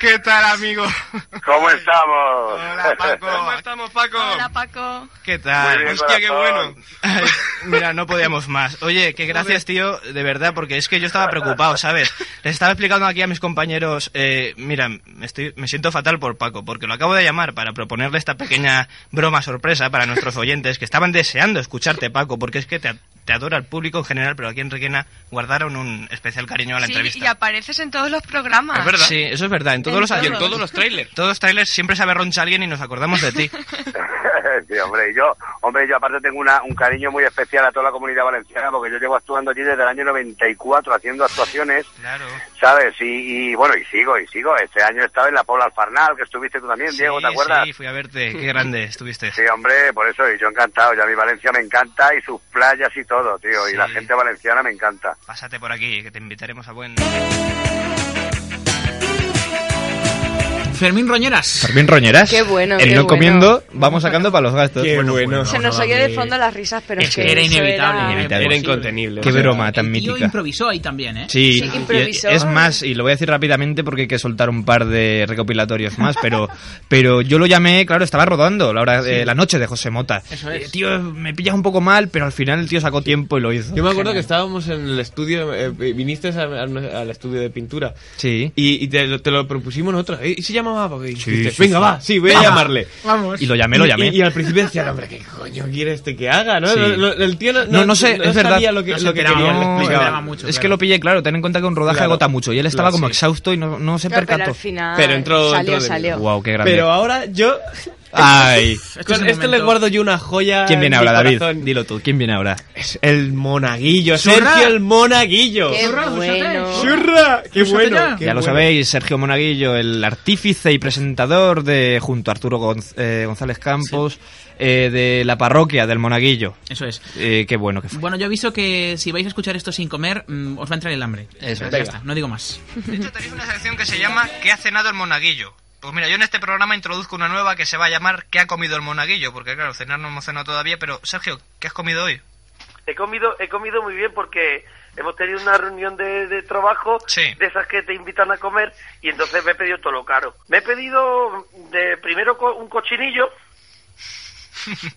[SPEAKER 26] ¿Qué tal, amigo?
[SPEAKER 9] ¿Cómo estamos?
[SPEAKER 26] Hola, Paco. ¿Cómo estamos, Paco? Hola,
[SPEAKER 6] Paco.
[SPEAKER 4] ¿Qué tal?
[SPEAKER 9] Muy bien,
[SPEAKER 4] Hostia, qué
[SPEAKER 9] corazón.
[SPEAKER 4] bueno. Ay, Mira, no podíamos más. Oye, que gracias, tío, de verdad, porque es que yo estaba preocupado, ¿sabes? Les estaba explicando aquí a mis compañeros, eh, mira, me, estoy, me siento fatal por Paco, porque lo acabo de llamar para proponerle esta pequeña broma sorpresa para nuestros oyentes, que estaban deseando escucharte, Paco, porque es que te, a- te adora el público en general, pero aquí en Requena guardaron un especial cariño a la
[SPEAKER 6] Sí,
[SPEAKER 4] entrevista.
[SPEAKER 6] y apareces en todos los programas.
[SPEAKER 4] Sí, eso es verdad. En todos,
[SPEAKER 6] En
[SPEAKER 4] los,
[SPEAKER 6] todos. Y en todos
[SPEAKER 4] los trailers. Todos los trailers siempre se averroncha alguien y nos acordamos de ti.
[SPEAKER 9] sí, hombre, y yo, hombre, yo aparte tengo una- un cariño muy especial a toda la comunidad valenciana porque yo llevo actuando allí desde el año 94 haciendo actuaciones,
[SPEAKER 4] Claro.
[SPEAKER 9] ¿sabes? Y, y, bueno, y sigo, y sigo. Este año he estado en la Pobla Alfarnal, que estuviste tú también, Diego, ¿te
[SPEAKER 4] Sí,
[SPEAKER 9] acuerdas?
[SPEAKER 4] Sí, fui a verte. Qué grande estuviste.
[SPEAKER 9] Sí, hombre, por eso, y yo encantado. Ya mi Valencia me encanta y sus playas y todo, tío. Y
[SPEAKER 4] Sí.
[SPEAKER 9] la gente valenciana me encanta.
[SPEAKER 4] Pásate por aquí, que te invitaremos a buen...
[SPEAKER 7] Fermín Roñeras.
[SPEAKER 16] Fermín Roñeras.
[SPEAKER 6] Qué bueno,
[SPEAKER 16] El
[SPEAKER 6] qué
[SPEAKER 16] no
[SPEAKER 6] bueno.
[SPEAKER 16] comiendo, vamos sacando para los gastos. pues,
[SPEAKER 5] Qué bueno, bueno.
[SPEAKER 6] Se nos oye de fondo las risas, pero es que
[SPEAKER 7] era
[SPEAKER 6] eso
[SPEAKER 7] inevitable.
[SPEAKER 6] era-
[SPEAKER 5] Era incontenible.
[SPEAKER 16] Qué
[SPEAKER 5] o sea,
[SPEAKER 16] broma tan
[SPEAKER 7] Tío
[SPEAKER 16] mítica.
[SPEAKER 7] improvisó ahí también, ¿eh?
[SPEAKER 16] Sí,
[SPEAKER 6] Sí,
[SPEAKER 16] y
[SPEAKER 6] improvisó.
[SPEAKER 16] es más, y lo voy a decir rápidamente porque hay que soltar un par de recopilatorios más, pero, pero yo lo llamé, claro, estaba rodando la, hora, de la noche de José Mota.
[SPEAKER 5] Eso
[SPEAKER 16] Eh, Tío, me pillas un poco mal, pero al final el tío sacó tiempo y lo hizo.
[SPEAKER 5] Yo me acuerdo que estábamos en el estudio, eh, viniste a- a- al estudio de pintura.
[SPEAKER 16] Sí.
[SPEAKER 5] Y, y te, lo- te lo propusimos nosotros. ¿Y si llamaba? Porque dijiste,
[SPEAKER 16] sí,
[SPEAKER 5] venga,
[SPEAKER 16] sí.
[SPEAKER 5] va, sí, voy a
[SPEAKER 16] Venga.
[SPEAKER 5] llamarle.
[SPEAKER 16] Vamos. Y lo llamé, lo
[SPEAKER 5] Y-
[SPEAKER 16] llamé.
[SPEAKER 5] Y, y al principio decía, "No, hombre, ¿qué coño quiere este que haga? ¿no?
[SPEAKER 16] Sí.
[SPEAKER 5] No, no, el tío no,
[SPEAKER 16] No, no sé, es verdad.
[SPEAKER 5] sabía lo que, lo que quería. le
[SPEAKER 16] No,
[SPEAKER 5] explicaba.
[SPEAKER 16] es que lo pillé, claro, ten en cuenta que un rodaje
[SPEAKER 5] Claro.
[SPEAKER 16] agota mucho y él estaba
[SPEAKER 5] Claro,
[SPEAKER 16] como
[SPEAKER 5] sí.
[SPEAKER 16] exhausto y no, no se
[SPEAKER 6] No, pero
[SPEAKER 16] percató.
[SPEAKER 6] al final Pero entró- salió, entró de- salió.
[SPEAKER 16] Guau, qué grande.
[SPEAKER 5] Pero ahora yo...
[SPEAKER 16] Ay.
[SPEAKER 5] Con esto Este le guardo yo una joya.
[SPEAKER 16] ¿Quién viene
[SPEAKER 5] en mi
[SPEAKER 16] ahora, David?
[SPEAKER 5] corazón.
[SPEAKER 16] Dilo tú, ¿quién viene ahora?
[SPEAKER 5] Es el monaguillo,
[SPEAKER 16] Churra.
[SPEAKER 5] Sergio el monaguillo.
[SPEAKER 6] Qué bueno.
[SPEAKER 5] ¡Churra! ¡Qué
[SPEAKER 6] Úsate
[SPEAKER 5] bueno!
[SPEAKER 6] ya.
[SPEAKER 5] qué
[SPEAKER 16] ya lo
[SPEAKER 5] bueno.
[SPEAKER 16] sabéis, Sergio Monaguillo, el artífice y presentador de, junto a Arturo Gonz- eh, González Campos, eh, de la parroquia del Monaguillo.
[SPEAKER 7] Eso es.
[SPEAKER 16] Eh, qué bueno que fue.
[SPEAKER 7] Bueno, yo aviso que si vais a escuchar esto sin comer, mm, os va a entrar el hambre.
[SPEAKER 16] Eso es.
[SPEAKER 7] Ya
[SPEAKER 16] Venga.
[SPEAKER 7] está, no digo más.
[SPEAKER 4] De hecho, tenéis una sección que se llama ¿Qué ha cenado el monaguillo? Pues mira, yo en este programa introduzco una nueva que se va a llamar ¿Qué ha comido el monaguillo? Porque claro, cenar no hemos cenado todavía, pero Sergio, ¿qué has comido hoy?
[SPEAKER 12] He comido, he comido muy bien porque hemos tenido una reunión de, de trabajo, de esas que te invitan a comer, y entonces me he pedido todo lo caro. Me he pedido de primero co- un cochinillo,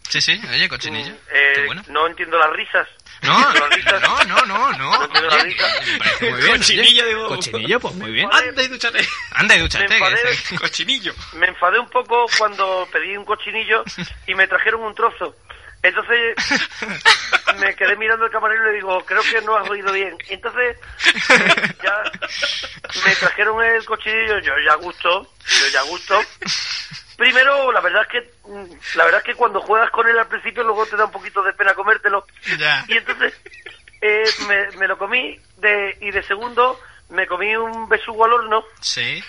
[SPEAKER 4] Sí, sí, oye, cochinillo.
[SPEAKER 12] eh, no entiendo las risas.
[SPEAKER 4] No,
[SPEAKER 12] Las risas-
[SPEAKER 4] no, no, no, no.
[SPEAKER 12] entiendo las risas.
[SPEAKER 4] Pues Muy bien,
[SPEAKER 5] Cochinillo,
[SPEAKER 4] oye.
[SPEAKER 5] digo.
[SPEAKER 4] Cochinillo, pues muy bien.
[SPEAKER 12] Vale.
[SPEAKER 5] Anda y dúchate.
[SPEAKER 4] Anda y dúchate,
[SPEAKER 12] Me enfadé.
[SPEAKER 4] que es el cochinillo.
[SPEAKER 12] me enfadé un poco cuando pedí un cochinillo y me trajeron un trozo. Entonces me quedé mirando al camarero y le digo, creo que no has oído bien. Entonces ya me trajeron el cochinillo, yo ya gusto, yo ya gusto. Primero, la verdad es que mm, la verdad es que cuando juegas con él al principio luego te da un poquito de pena comértelo.
[SPEAKER 4] Ya.
[SPEAKER 12] Y entonces eh, me, me lo comí de, y de segundo me comí un besugo al horno.
[SPEAKER 4] Sí.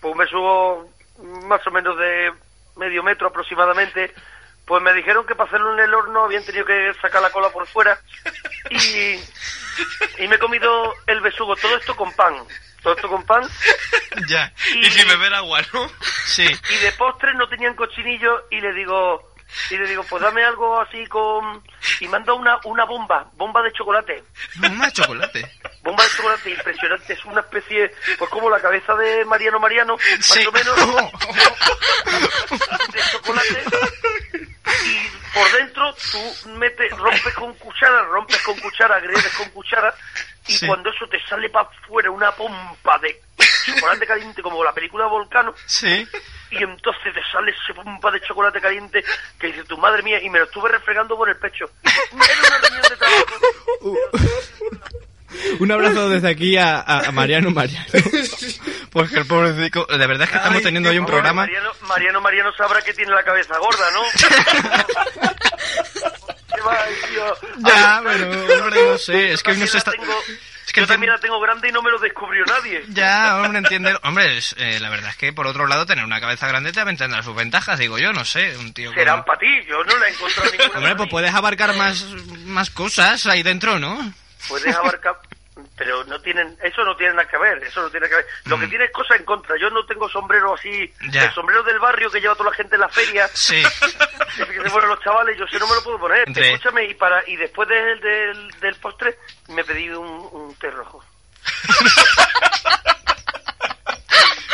[SPEAKER 12] Pues me subo más o menos de medio metro aproximadamente. Pues me dijeron que para hacerlo en el horno habían tenido que sacar la cola por fuera. Y, y me he comido el besugo. Todo esto con pan. Todo esto con pan.
[SPEAKER 4] Ya.
[SPEAKER 12] Y,
[SPEAKER 4] Y sin beber agua, ¿no? Sí.
[SPEAKER 12] y de postre no tenían cochinillo y le digo... Y le digo, pues dame algo así con... Y manda una, una bomba, bomba de chocolate.
[SPEAKER 4] No, más chocolate.
[SPEAKER 12] Bomba de chocolate impresionante, es una especie, pues como la cabeza de Mariano Mariano, más o menos, de chocolate. Y por dentro tú metes, rompes con cuchara, rompes con cuchara, agredes con cuchara, y
[SPEAKER 4] Sí.
[SPEAKER 12] cuando eso te sale para afuera una pompa de chocolate caliente, como la película Volcano,
[SPEAKER 4] Sí.
[SPEAKER 12] y entonces te sale ese pompa de chocolate caliente que dice tu madre mía, y me lo estuve refregando por el pecho. Era una reunión de trabajo.
[SPEAKER 16] Un abrazo desde aquí a, a- a Mariano Mariano.
[SPEAKER 4] Porque el pobrecito, la verdad es que estamos teniendo hoy un
[SPEAKER 12] Hombre,
[SPEAKER 4] programa.
[SPEAKER 12] Mariano, Mariano, Mariano sabrá que tiene la cabeza gorda, ¿no? ¿Qué va, tío?
[SPEAKER 4] Ya,
[SPEAKER 12] Ay,
[SPEAKER 4] Ah, pero hombre, no sé, es que hoy no
[SPEAKER 12] también
[SPEAKER 4] se
[SPEAKER 12] la
[SPEAKER 4] está...
[SPEAKER 12] tengo-
[SPEAKER 4] es que
[SPEAKER 12] yo
[SPEAKER 4] el-
[SPEAKER 12] también la tengo grande y no me lo descubrió nadie.
[SPEAKER 4] Ya, Ah, hombre, entiende. Hombre, es, eh, la verdad es que por otro lado, tener una cabeza grande también tendrá sus ventajas, digo yo, no sé. Un tío con-
[SPEAKER 12] Serán para ti, yo no la he encontrado ninguna.
[SPEAKER 4] Hombre, pues puedes abarcar más, más cosas ahí dentro, ¿no?
[SPEAKER 12] Puedes abarcar, pero no tienen, eso no tiene nada que ver, eso no tiene que ver. Lo que tiene es cosa en contra. Yo no tengo sombrero así,
[SPEAKER 4] Mm. Ya.
[SPEAKER 12] el sombrero del barrio que lleva toda la gente en la feria.
[SPEAKER 4] Sí.
[SPEAKER 12] Dice que se ponen los chavales, yo sé, no me lo puedo poner.
[SPEAKER 4] Entre-
[SPEAKER 12] Escúchame, y para y después del, del, del postre me pedí un, un té rojo.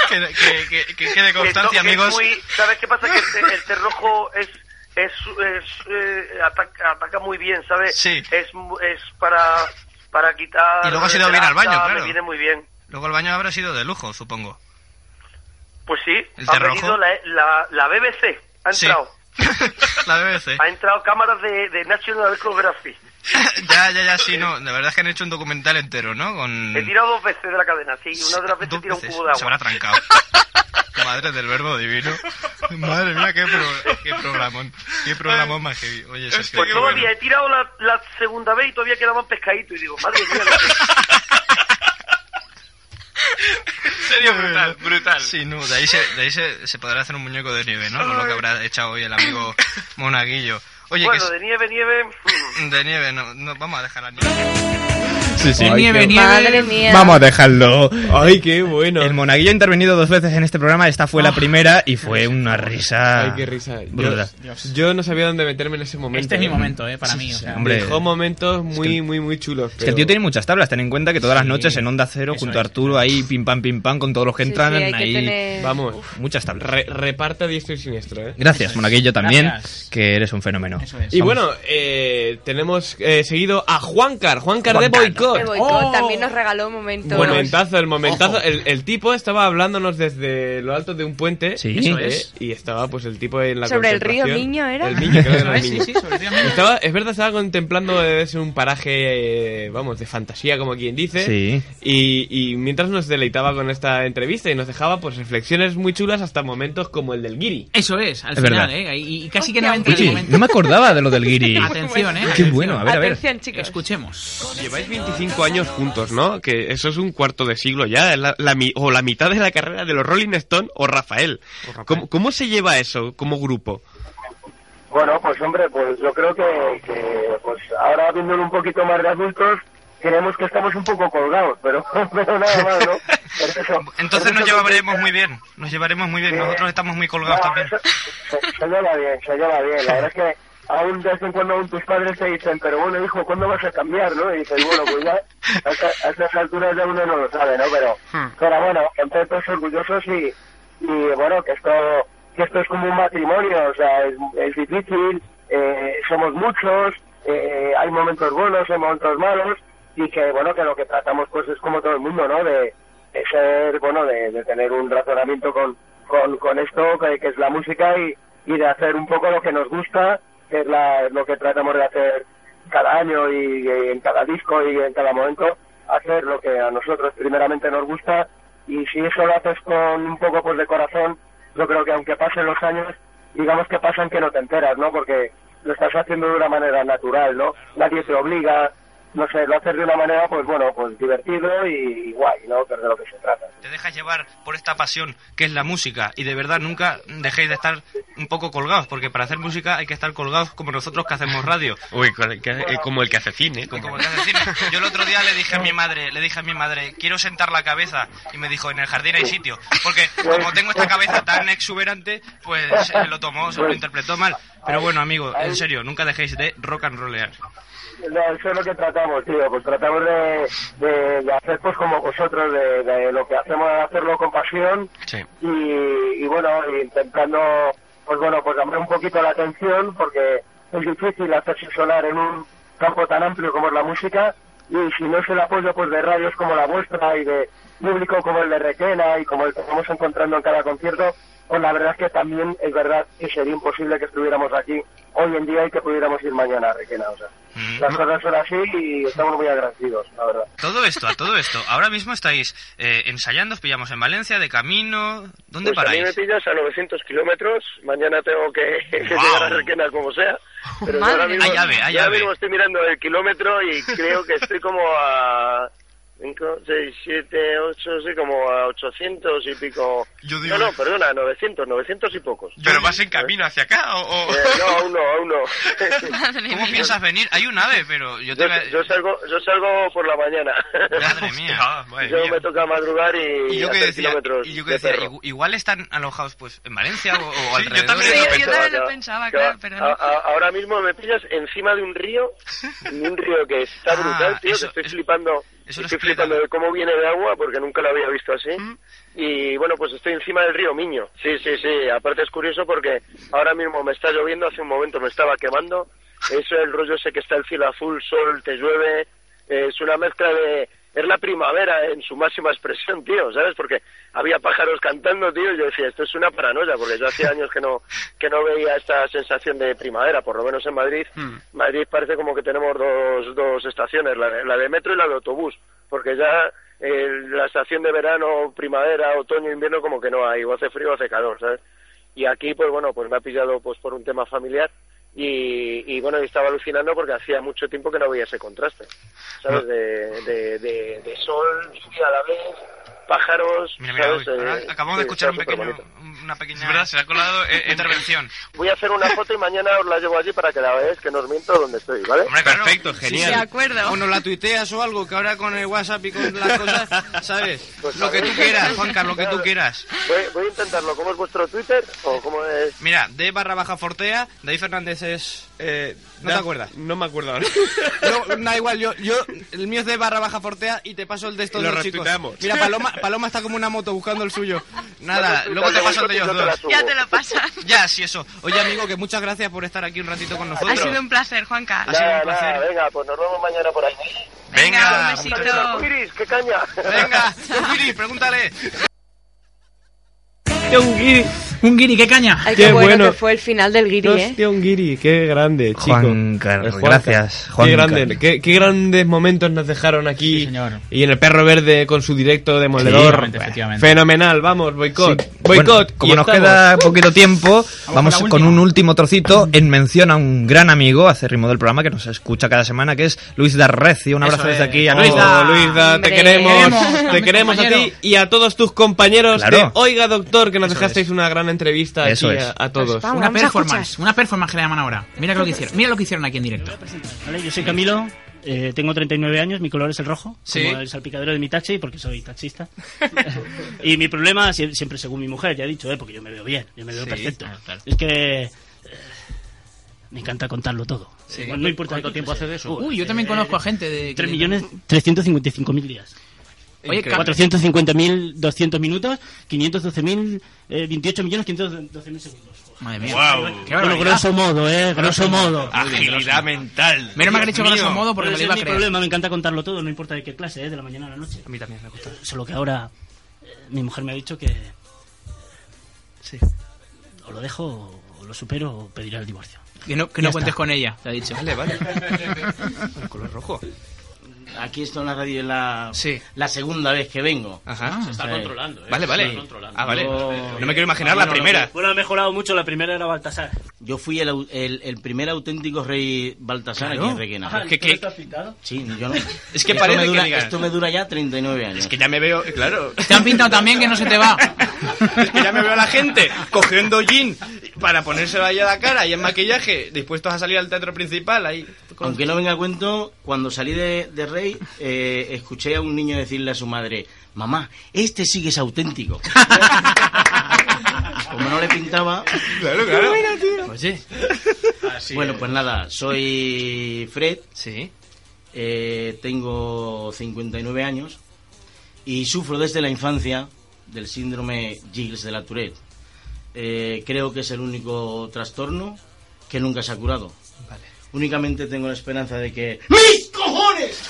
[SPEAKER 4] Que, que, que, que quede constancia,
[SPEAKER 12] Que esto-
[SPEAKER 4] amigos.
[SPEAKER 12] que es muy- ¿Sabes qué pasa? Que el té, el té rojo es, es, es, eh, ataca, ataca muy bien, ¿sabes?
[SPEAKER 4] Sí.
[SPEAKER 12] Es, mu- es para, para quitar...
[SPEAKER 4] Y luego has ido bien al baño,
[SPEAKER 12] grasa,
[SPEAKER 4] claro.
[SPEAKER 12] Me viene muy bien.
[SPEAKER 4] Luego el baño habrá sido de lujo, supongo.
[SPEAKER 12] Pues sí,
[SPEAKER 4] ¿El
[SPEAKER 12] ha
[SPEAKER 4] té rojo?
[SPEAKER 12] venido la, la, la BBC, ha
[SPEAKER 4] Sí.
[SPEAKER 12] entrado.
[SPEAKER 4] La BBC.
[SPEAKER 12] Ha entrado cámaras de, de National Geographic.
[SPEAKER 4] Ya, ya, ya, sí, no. La verdad es que han hecho un documental entero, ¿no? Con...
[SPEAKER 12] He tirado dos veces de la cadena, sí. Una de las veces
[SPEAKER 4] Mm. Dos
[SPEAKER 12] he tirado un
[SPEAKER 4] veces.
[SPEAKER 12] cubo de agua.
[SPEAKER 4] Se habrá trancado. Madre del verbo divino. Madre mía, qué, pro- qué programón. Qué programón más heavy.
[SPEAKER 12] Porque
[SPEAKER 4] Oye, Sergio, qué
[SPEAKER 12] Pues todavía
[SPEAKER 4] bueno.
[SPEAKER 12] he tirado la, la segunda vez y todavía quedaban pescaditos. Y digo, madre mía, lo que-
[SPEAKER 4] serio brutal, brutal. Sí, no, de ahí, se, de ahí se, se podrá hacer un muñeco de nieve, ¿no? Con lo que habrá echado hoy el amigo Monaguillo. Oye,
[SPEAKER 12] bueno,
[SPEAKER 4] que
[SPEAKER 12] de nieve, nieve. mm.
[SPEAKER 4] es- de nieve, no, no, vamos a dejar la nieve.
[SPEAKER 3] Sí, sí.
[SPEAKER 7] Ay, Nieve, qué- nieve. Madre mía.
[SPEAKER 3] Vamos a dejarlo.
[SPEAKER 5] Ay, qué bueno. Ah,
[SPEAKER 23] El monaguillo ha intervenido dos veces en este programa. Esta fue la primera y fue una risa.
[SPEAKER 5] Ay, qué risa. Yo,
[SPEAKER 23] brutal.
[SPEAKER 5] yo no sabía dónde meterme en ese momento.
[SPEAKER 7] Este es mi
[SPEAKER 5] ¿eh?
[SPEAKER 7] momento, eh, para mí, o sea.
[SPEAKER 23] Hombre.
[SPEAKER 5] Dejó momentos muy, muy, muy chulos.
[SPEAKER 23] Es que el tío tiene muchas tablas, ten en cuenta que todas las noches en Onda Cero, junto a Arturo, ahí pim pam pim pam, con todos los que
[SPEAKER 5] Sí,
[SPEAKER 23] entran,
[SPEAKER 5] sí, hay que
[SPEAKER 23] ahí.
[SPEAKER 5] tener- Vamos.
[SPEAKER 23] Muchas tablas.
[SPEAKER 5] Re- reparte a diestro y siniestro, ¿eh?
[SPEAKER 23] Gracias, Monaguillo, también, que eres un fenómeno.
[SPEAKER 5] Y
[SPEAKER 23] Vamos.
[SPEAKER 5] bueno, eh, tenemos eh, seguido a Juancar, Juancar de
[SPEAKER 23] Juancar.
[SPEAKER 5] Boicot.
[SPEAKER 6] De
[SPEAKER 4] Oh.
[SPEAKER 6] boicot, también nos regaló momentos.
[SPEAKER 5] Momentazo, el momentazo. El, el tipo estaba hablándonos desde lo alto de un puente.
[SPEAKER 23] Sí.
[SPEAKER 5] eh,
[SPEAKER 23] Eso es.
[SPEAKER 5] Y estaba pues el tipo en la
[SPEAKER 6] Sobre el río
[SPEAKER 5] contemplación.
[SPEAKER 6] Miño, ¿era?
[SPEAKER 5] El Miño, creo que
[SPEAKER 6] Eso
[SPEAKER 5] era el
[SPEAKER 6] es,
[SPEAKER 5] Miño.
[SPEAKER 6] sí, sí, sobre el río Miño.
[SPEAKER 5] Estaba, es verdad, estaba contemplando eh, ser un paraje, eh, vamos, de fantasía, como quien dice.
[SPEAKER 23] Sí.
[SPEAKER 5] Y, y mientras nos deleitaba con esta entrevista y nos dejaba pues reflexiones muy chulas hasta momentos como el del Giri.
[SPEAKER 7] Eso es, al
[SPEAKER 23] Es
[SPEAKER 7] final,
[SPEAKER 23] verdad.
[SPEAKER 7] ¿eh? Y, y casi que no entra en el
[SPEAKER 23] Oye,
[SPEAKER 7] momento.
[SPEAKER 23] no me acordaba de lo del guiri.
[SPEAKER 7] Atención, ¿eh?
[SPEAKER 23] Qué bueno, a ver, a ver.
[SPEAKER 7] chicos. Escuchemos.
[SPEAKER 5] Lleváis 25 años juntos, ¿no? Que eso es un cuarto de siglo ya, es la, la mi- o la mitad de la carrera de los Rolling Stone o Rafael. ¿Cómo, cómo se lleva eso como grupo?
[SPEAKER 18] Bueno, pues hombre, pues yo creo que, que, pues ahora viéndolo un poquito más de adultos, creemos que estamos un poco colgados, pero, pero nada más, ¿no? Por eso-
[SPEAKER 4] Entonces nos llevaremos muy bien. Nos llevaremos muy bien. Nosotros estamos muy colgados también.
[SPEAKER 18] se, se lleva bien, se lleva bien. La verdad es que aún de vez en cuando aún tus padres te dicen, pero bueno, hijo, ¿cuándo vas a cambiar, no? Y dices, bueno, pues ya a, esta- a estas alturas ya uno no lo sabe, ¿no? Pero, pero bueno, contentos, orgullosos y, y bueno, que esto, que esto es como un matrimonio, o sea, es, es difícil, eh, somos muchos, eh, hay momentos buenos, hay momentos malos, y que bueno, que lo que tratamos pues es como todo el mundo, ¿no? De, de ser, bueno, de, de tener un razonamiento con, con, con esto, que, que es la música, y, y de hacer un poco lo que nos gusta, que es la, lo que tratamos de hacer cada año y, y en cada disco y en cada momento, hacer lo que a nosotros primeramente nos gusta, y si eso lo haces con un poco pues de corazón, yo creo que aunque pasen los años, digamos que pasan que no te enteras, ¿no? Porque lo estás haciendo de una manera natural, ¿no? Nadie te obliga, no sé, lo haces de una manera, pues bueno, pues divertido y, y guay, ¿no? Que es de lo que se trata.
[SPEAKER 4] Te dejas llevar por esta pasión que es la música y de verdad nunca dejéis de estar un poco colgados porque para hacer música hay que estar colgados como nosotros que hacemos radio.
[SPEAKER 5] Uy, con el que- eh, como el que hace cine. como-
[SPEAKER 4] Como que hace cine. Yo el otro día le dije a mi madre, le dije a mi madre, quiero sentar la cabeza y me dijo, en el jardín hay sitio, porque como tengo esta cabeza tan exuberante, pues eh, lo tomó, se lo interpretó mal. Pero bueno, amigo, en serio, nunca dejéis de rock and rollear.
[SPEAKER 18] No, eso es lo que tratamos, tío. Pues tratamos de, de, de hacer, pues como vosotros, de, de lo que hacemos, hacerlo con pasión. Y, y bueno, intentando, pues bueno, pues llamar un poquito la atención, porque es difícil hacerse sonar en un campo tan amplio como es la música. Y si no es el apoyo, pues de radios como la vuestra y de público como el de Requena y como el que estamos encontrando en cada concierto, pues la verdad es que también es verdad que sería imposible que estuviéramos aquí hoy en día y que pudiéramos ir mañana a Requena, o sea. Las cosas son así y estamos muy agradecidos, la verdad.
[SPEAKER 4] Todo esto, a todo esto, ahora mismo estáis eh, ensayando, os pillamos en Valencia, de camino, ¿dónde
[SPEAKER 18] pues A mí me
[SPEAKER 4] paráis?
[SPEAKER 18] pillas a 900 kilómetros. Mañana tengo que, que
[SPEAKER 4] ¡Guau!
[SPEAKER 18] llegar a Requena como sea. Pero yo
[SPEAKER 4] Madre
[SPEAKER 18] ahora
[SPEAKER 4] mía.
[SPEAKER 18] mismo,
[SPEAKER 4] Hay llave, hay
[SPEAKER 18] yo ahora
[SPEAKER 4] llave.
[SPEAKER 18] mismo estoy mirando el kilómetro y creo que estoy como a 5, 6, 7, 8, sí, como a 800 y pico. no, no, perdona, 900, 900 y pocos.
[SPEAKER 5] ¿Pero vas en camino hacia acá o...?
[SPEAKER 18] Eh, no, aún no, aún no.
[SPEAKER 4] ¿Cómo piensas venir? Hay un ave, pero yo te...
[SPEAKER 18] Yo, yo salgo, yo salgo por la mañana.
[SPEAKER 4] Madre mía.
[SPEAKER 18] yo me toca madrugar y,
[SPEAKER 4] Y yo que
[SPEAKER 18] hacer
[SPEAKER 4] decía,
[SPEAKER 18] kilómetros
[SPEAKER 4] y yo que
[SPEAKER 18] de
[SPEAKER 4] decía,
[SPEAKER 18] perro.
[SPEAKER 4] igu- igual están alojados pues en Valencia o, o alrededor.
[SPEAKER 18] pensaba, claro, pero ahora mismo me pillas encima de un río, de un río que está
[SPEAKER 4] Ah,
[SPEAKER 18] brutal, tío,
[SPEAKER 4] eso-
[SPEAKER 18] que estoy flipando, estoy flipando de cómo viene de agua porque nunca lo había visto así.
[SPEAKER 4] Mm.
[SPEAKER 18] Y bueno, pues estoy encima del río Miño. Sí, sí, sí, aparte es curioso porque ahora mismo me está lloviendo, hace un momento me estaba quemando. Eso es el rollo ese que está el cielo azul, sol, te llueve, es una mezcla de es la primavera en su máxima expresión, tío, ¿sabes? Porque había pájaros cantando, tío, y yo decía, esto es una paranoia, porque yo hacía años que no que no veía esta sensación de primavera, por lo menos en Madrid.
[SPEAKER 12] mm.
[SPEAKER 4] Mm.
[SPEAKER 18] Madrid parece como que tenemos dos, dos estaciones, la de, la de metro y la de autobús, porque ya eh, la estación de verano, primavera, otoño, invierno como que no hay, o hace frío o hace calor, ¿sabes? Y aquí, pues bueno, pues me ha pillado pues por un tema familiar y, y bueno, y estaba alucinando porque hacía mucho tiempo que no veía ese contraste, ¿sabes? De, de, de, de sol, lluvia a la vez,
[SPEAKER 16] pájaros.
[SPEAKER 12] Mira, mira,
[SPEAKER 16] ¿sabes?
[SPEAKER 12] uy, ahora
[SPEAKER 16] Eh,
[SPEAKER 12] acabamos
[SPEAKER 16] sí,
[SPEAKER 12] de escuchar un
[SPEAKER 16] está
[SPEAKER 12] pequeño,
[SPEAKER 16] superbonito.
[SPEAKER 12] una pequeña se ha colado
[SPEAKER 5] eh,
[SPEAKER 12] intervención.
[SPEAKER 16] Voy a hacer una foto y mañana os la llevo allí para que la veáis, que no os miento donde estoy, ¿vale?
[SPEAKER 27] Perfecto, genial.
[SPEAKER 28] De acuerdo. O nos la tuiteas o algo, que ahora con el WhatsApp y con las cosas, ¿sabes? lo que tú quieras, Juan Carlos, lo que tú quieras.
[SPEAKER 16] Voy, voy a intentarlo. ¿Cómo es vuestro Twitter? ¿O cómo es?
[SPEAKER 28] Mira, D barra baja fortea, David Fernández es... eh, ¿No te acuerdas?
[SPEAKER 27] No me acuerdo ahora.
[SPEAKER 28] No, da igual, yo, yo, el mío es de barra baja fortea y te paso el de estos
[SPEAKER 27] Lo
[SPEAKER 28] dos chicos.
[SPEAKER 27] retuiteamos.
[SPEAKER 28] Mira, Paloma, Paloma está como una moto buscando el suyo.
[SPEAKER 27] No
[SPEAKER 28] Nada,
[SPEAKER 27] te
[SPEAKER 28] luego te
[SPEAKER 27] tuiteo,
[SPEAKER 28] paso el de
[SPEAKER 27] yo
[SPEAKER 28] ellos
[SPEAKER 27] te la
[SPEAKER 28] dos.
[SPEAKER 27] subo. Ya te
[SPEAKER 28] lo pasan. Ya, sí, eso. Oye, amigo, que muchas gracias por estar aquí un ratito con nosotros.
[SPEAKER 29] Ha sido un placer, Juanca.
[SPEAKER 28] Ha sido un placer.
[SPEAKER 16] venga, pues nos vemos mañana por ahí.
[SPEAKER 28] Venga,
[SPEAKER 29] un besito.
[SPEAKER 16] Iris, qué caña.
[SPEAKER 28] Venga, Porfiris, pregúntale.
[SPEAKER 7] Tío, un guiri. Un guiri, qué caña.
[SPEAKER 6] Ay,
[SPEAKER 4] Qué
[SPEAKER 6] qué bueno,
[SPEAKER 4] bueno.
[SPEAKER 6] que fue el final del guiri, ¿eh?
[SPEAKER 30] Hostia, un guiri, qué grande, chico.
[SPEAKER 4] Juan Carlos,
[SPEAKER 30] Eh,
[SPEAKER 4] gracias, Juan
[SPEAKER 30] qué, grande,
[SPEAKER 4] Carlos.
[SPEAKER 30] qué, qué grandes momentos nos dejaron aquí. Y en el Perro Verde con su directo demoledor.
[SPEAKER 4] efectivamente,
[SPEAKER 30] Bueno, Fenomenal, vamos, boicot.
[SPEAKER 4] Sí,
[SPEAKER 30] Boicot.
[SPEAKER 4] bueno, como
[SPEAKER 30] y
[SPEAKER 4] nos
[SPEAKER 30] estamos.
[SPEAKER 4] queda poquito tiempo, vamos
[SPEAKER 30] con la
[SPEAKER 4] con un último trocito en mención a un gran amigo, acérrimo del programa, que nos escucha cada semana, que es Luis Darrecio. Un
[SPEAKER 30] Eso
[SPEAKER 4] abrazo desde
[SPEAKER 30] es.
[SPEAKER 4] aquí a
[SPEAKER 30] Oh, Luisda, te
[SPEAKER 4] Hombre.
[SPEAKER 30] queremos,
[SPEAKER 4] Queremos a
[SPEAKER 30] te
[SPEAKER 4] mi
[SPEAKER 30] queremos a ti
[SPEAKER 4] compañero.
[SPEAKER 30] y a todos tus compañeros
[SPEAKER 4] Claro.
[SPEAKER 30] de Oiga Doctor que nos dejasteis una gran entrevista
[SPEAKER 4] Eso
[SPEAKER 30] aquí
[SPEAKER 4] es.
[SPEAKER 30] a, a
[SPEAKER 5] Pues
[SPEAKER 30] todos.
[SPEAKER 7] una performance, una performance que le llaman ahora. Mira lo que hicieron, mira lo que hicieron aquí en directo.
[SPEAKER 31] ¿vale? Yo soy Camilo, eh, tengo 39 años, mi color es el rojo,
[SPEAKER 7] Sí.
[SPEAKER 31] como el salpicadero de mi taxi, porque soy taxista. y mi problema, sie- siempre según mi mujer, ya he dicho, eh, porque yo me veo bien, yo me veo
[SPEAKER 7] Sí, ah,
[SPEAKER 31] perfecto.
[SPEAKER 7] claro, claro.
[SPEAKER 31] Es que eh, me encanta contarlo todo. Eh, no importa
[SPEAKER 7] ¿Cuánto
[SPEAKER 31] aquí,
[SPEAKER 7] tiempo
[SPEAKER 31] pues,
[SPEAKER 7] haces de eso?
[SPEAKER 31] uh,
[SPEAKER 7] Uy, yo también
[SPEAKER 31] eh,
[SPEAKER 7] conozco a gente de...
[SPEAKER 31] 3 millones 355.000 días.
[SPEAKER 7] Oye, Increíble.
[SPEAKER 31] 450.200 minutos, 512.000, eh, 28 millones 512.000 segundos.
[SPEAKER 7] Madre mía. Ah,
[SPEAKER 31] Guau.
[SPEAKER 7] Qué
[SPEAKER 31] Bueno,
[SPEAKER 7] barbaridad.
[SPEAKER 31] grosso modo, eh, grosso modo.
[SPEAKER 7] Agilidad
[SPEAKER 30] mental.
[SPEAKER 7] Menos mal que he dicho
[SPEAKER 31] Dios
[SPEAKER 7] grosso
[SPEAKER 31] mío.
[SPEAKER 7] modo porque
[SPEAKER 31] Pero
[SPEAKER 7] me lo
[SPEAKER 31] ese
[SPEAKER 7] iba a
[SPEAKER 31] es mi
[SPEAKER 7] creer.
[SPEAKER 31] problema, me encanta contarlo todo, no importa de qué clase, eh, de la mañana a la noche. A mí también me gusta. Solo que ahora eh, mi mujer me ha dicho que eh, sí, o lo dejo o lo supero o pediré el divorcio.
[SPEAKER 7] Que no, que no
[SPEAKER 31] Ya
[SPEAKER 7] cuentes
[SPEAKER 31] está.
[SPEAKER 7] con ella, te ha dicho. Vale, vale.
[SPEAKER 31] El color rojo.
[SPEAKER 32] Aquí está en la radio es la, la segunda vez que vengo.
[SPEAKER 31] Ajá. Se está
[SPEAKER 32] Sí.
[SPEAKER 31] controlando, ¿eh?
[SPEAKER 32] Vale,
[SPEAKER 31] Se
[SPEAKER 32] vale.
[SPEAKER 31] está controlando.
[SPEAKER 32] Ah, vale.
[SPEAKER 31] Yo-
[SPEAKER 32] No me quiero imaginar la
[SPEAKER 31] Bueno,
[SPEAKER 32] primera.
[SPEAKER 31] Bueno, ha mejorado mucho, la primera era Baltasar.
[SPEAKER 32] Yo fui el, au- el, el primer auténtico rey Baltasar
[SPEAKER 31] Claro.
[SPEAKER 32] aquí en Requena.
[SPEAKER 31] Ajá,
[SPEAKER 32] que,
[SPEAKER 31] ¿tú no estás pintado?
[SPEAKER 32] Sí, yo no.
[SPEAKER 31] Es que
[SPEAKER 32] Esto
[SPEAKER 31] parece
[SPEAKER 32] me
[SPEAKER 31] que
[SPEAKER 32] dura,
[SPEAKER 31] digas.
[SPEAKER 32] Esto me dura ya 39 años. Es que
[SPEAKER 30] ya me veo, claro.
[SPEAKER 7] Te han pintado también que no se te va.
[SPEAKER 30] Es que ya me veo a la gente cogiendo jean para ponérselo ahí a la cara y en maquillaje, dispuestos a salir al teatro principal ahí. con-
[SPEAKER 32] Aunque no venga a cuento, cuando salí de, de Rey, eh, escuché a un niño decirle a su madre, mamá, este sí que es auténtico. Como no le pintaba...
[SPEAKER 30] Claro, claro.
[SPEAKER 32] Pues sí. bueno, pues nada, soy Fred. Sí. tengo 59 años y sufro desde la infancia del síndrome Gilles de la Tourette. Eh, creo que es el único trastorno que nunca se ha curado. Únicamente tengo la esperanza de que... ¡Mis cojones!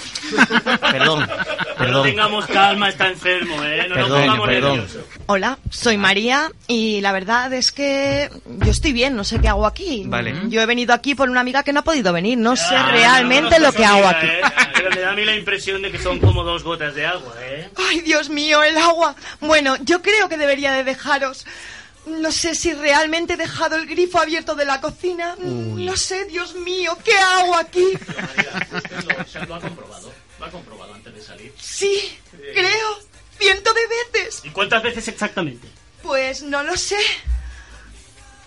[SPEAKER 32] Perdón,
[SPEAKER 31] Pero
[SPEAKER 32] perdón.
[SPEAKER 31] tengamos calma, está enfermo, ¿eh? No
[SPEAKER 32] Perdón,
[SPEAKER 31] nos pongamos
[SPEAKER 32] perdón.
[SPEAKER 31] nerviosos.
[SPEAKER 23] Hola,
[SPEAKER 31] Ah.
[SPEAKER 23] soy María y la verdad es que yo estoy bien, no sé qué hago aquí.
[SPEAKER 31] Vale.
[SPEAKER 23] Yo he venido aquí por una amiga que no ha podido venir, no sé
[SPEAKER 31] Ah, no,
[SPEAKER 23] realmente
[SPEAKER 31] no,
[SPEAKER 23] lo
[SPEAKER 31] no,
[SPEAKER 23] que hago
[SPEAKER 31] mira,
[SPEAKER 23] aquí.
[SPEAKER 31] eh, Pero me da a mí la impresión de que son como dos gotas de agua, ¿eh?
[SPEAKER 23] Ay, Dios mío, el agua. Bueno, yo creo que debería de dejaros. No sé si realmente he dejado el grifo abierto de la cocina.
[SPEAKER 31] Uy.
[SPEAKER 23] No sé, Dios mío, ¿qué hago aquí?
[SPEAKER 31] lo ha comprobado. Lo ha comprobado antes de salir.
[SPEAKER 23] Sí, creo, ciento de veces.
[SPEAKER 31] ¿Y cuántas veces exactamente?
[SPEAKER 23] Pues no lo sé.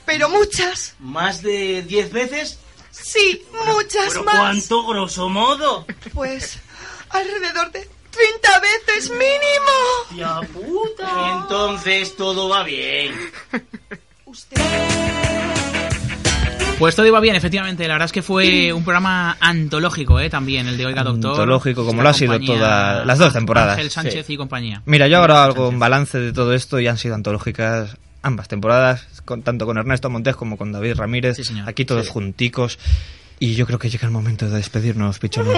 [SPEAKER 23] Pero muchas.
[SPEAKER 32] ¿Más de 10 veces?
[SPEAKER 23] Sí, muchas
[SPEAKER 31] ¿Pero
[SPEAKER 23] más.
[SPEAKER 31] cuánto, grosso modo?
[SPEAKER 23] Pues alrededor de 30 veces mínimo.
[SPEAKER 32] ¡Tía puta! Entonces todo va bien.
[SPEAKER 7] Pues todo iba bien, efectivamente. La verdad es que fue un programa antológico, ¿eh? También, el de Oiga Doctor.
[SPEAKER 4] Antológico, como
[SPEAKER 7] Esta
[SPEAKER 4] lo ha sido
[SPEAKER 7] compañía,
[SPEAKER 4] todas las dos temporadas.
[SPEAKER 7] Ángel Sánchez
[SPEAKER 4] Sí.
[SPEAKER 7] y compañía.
[SPEAKER 4] Mira, yo ahora hago un balance de todo esto y han sido antológicas ambas temporadas, con, tanto con Ernesto Montes como con David Ramírez, aquí todos junticos. Y yo creo que llega el momento de despedirnos, pichones.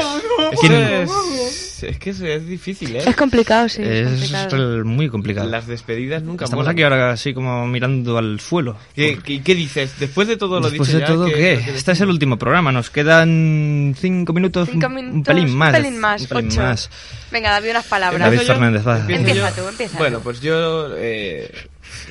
[SPEAKER 30] Es
[SPEAKER 4] ¿Quién-
[SPEAKER 30] que es, es que es- es difícil, ¿eh?
[SPEAKER 23] Es complicado, sí.
[SPEAKER 4] Es el- muy complicado.
[SPEAKER 30] Las despedidas nunca
[SPEAKER 4] Estamos
[SPEAKER 30] molan.
[SPEAKER 4] aquí ahora así como mirando al suelo.
[SPEAKER 30] ¿Qué, qué, qué dices? Después de todo lo
[SPEAKER 4] Después
[SPEAKER 30] dicho
[SPEAKER 4] de todo,
[SPEAKER 30] ya,
[SPEAKER 4] ¿qué? Este es el último programa. Nos quedan cinco minutos,
[SPEAKER 23] Cinco
[SPEAKER 4] un- un
[SPEAKER 23] minutos,
[SPEAKER 4] pelín más.
[SPEAKER 23] un pelín más,
[SPEAKER 4] un pelín
[SPEAKER 23] ocho.
[SPEAKER 4] más.
[SPEAKER 23] Venga, David, unas palabras.
[SPEAKER 4] David Fernández, va.
[SPEAKER 23] Empieza tú, empieza
[SPEAKER 30] Bueno,
[SPEAKER 23] tú.
[SPEAKER 30] pues yo eh,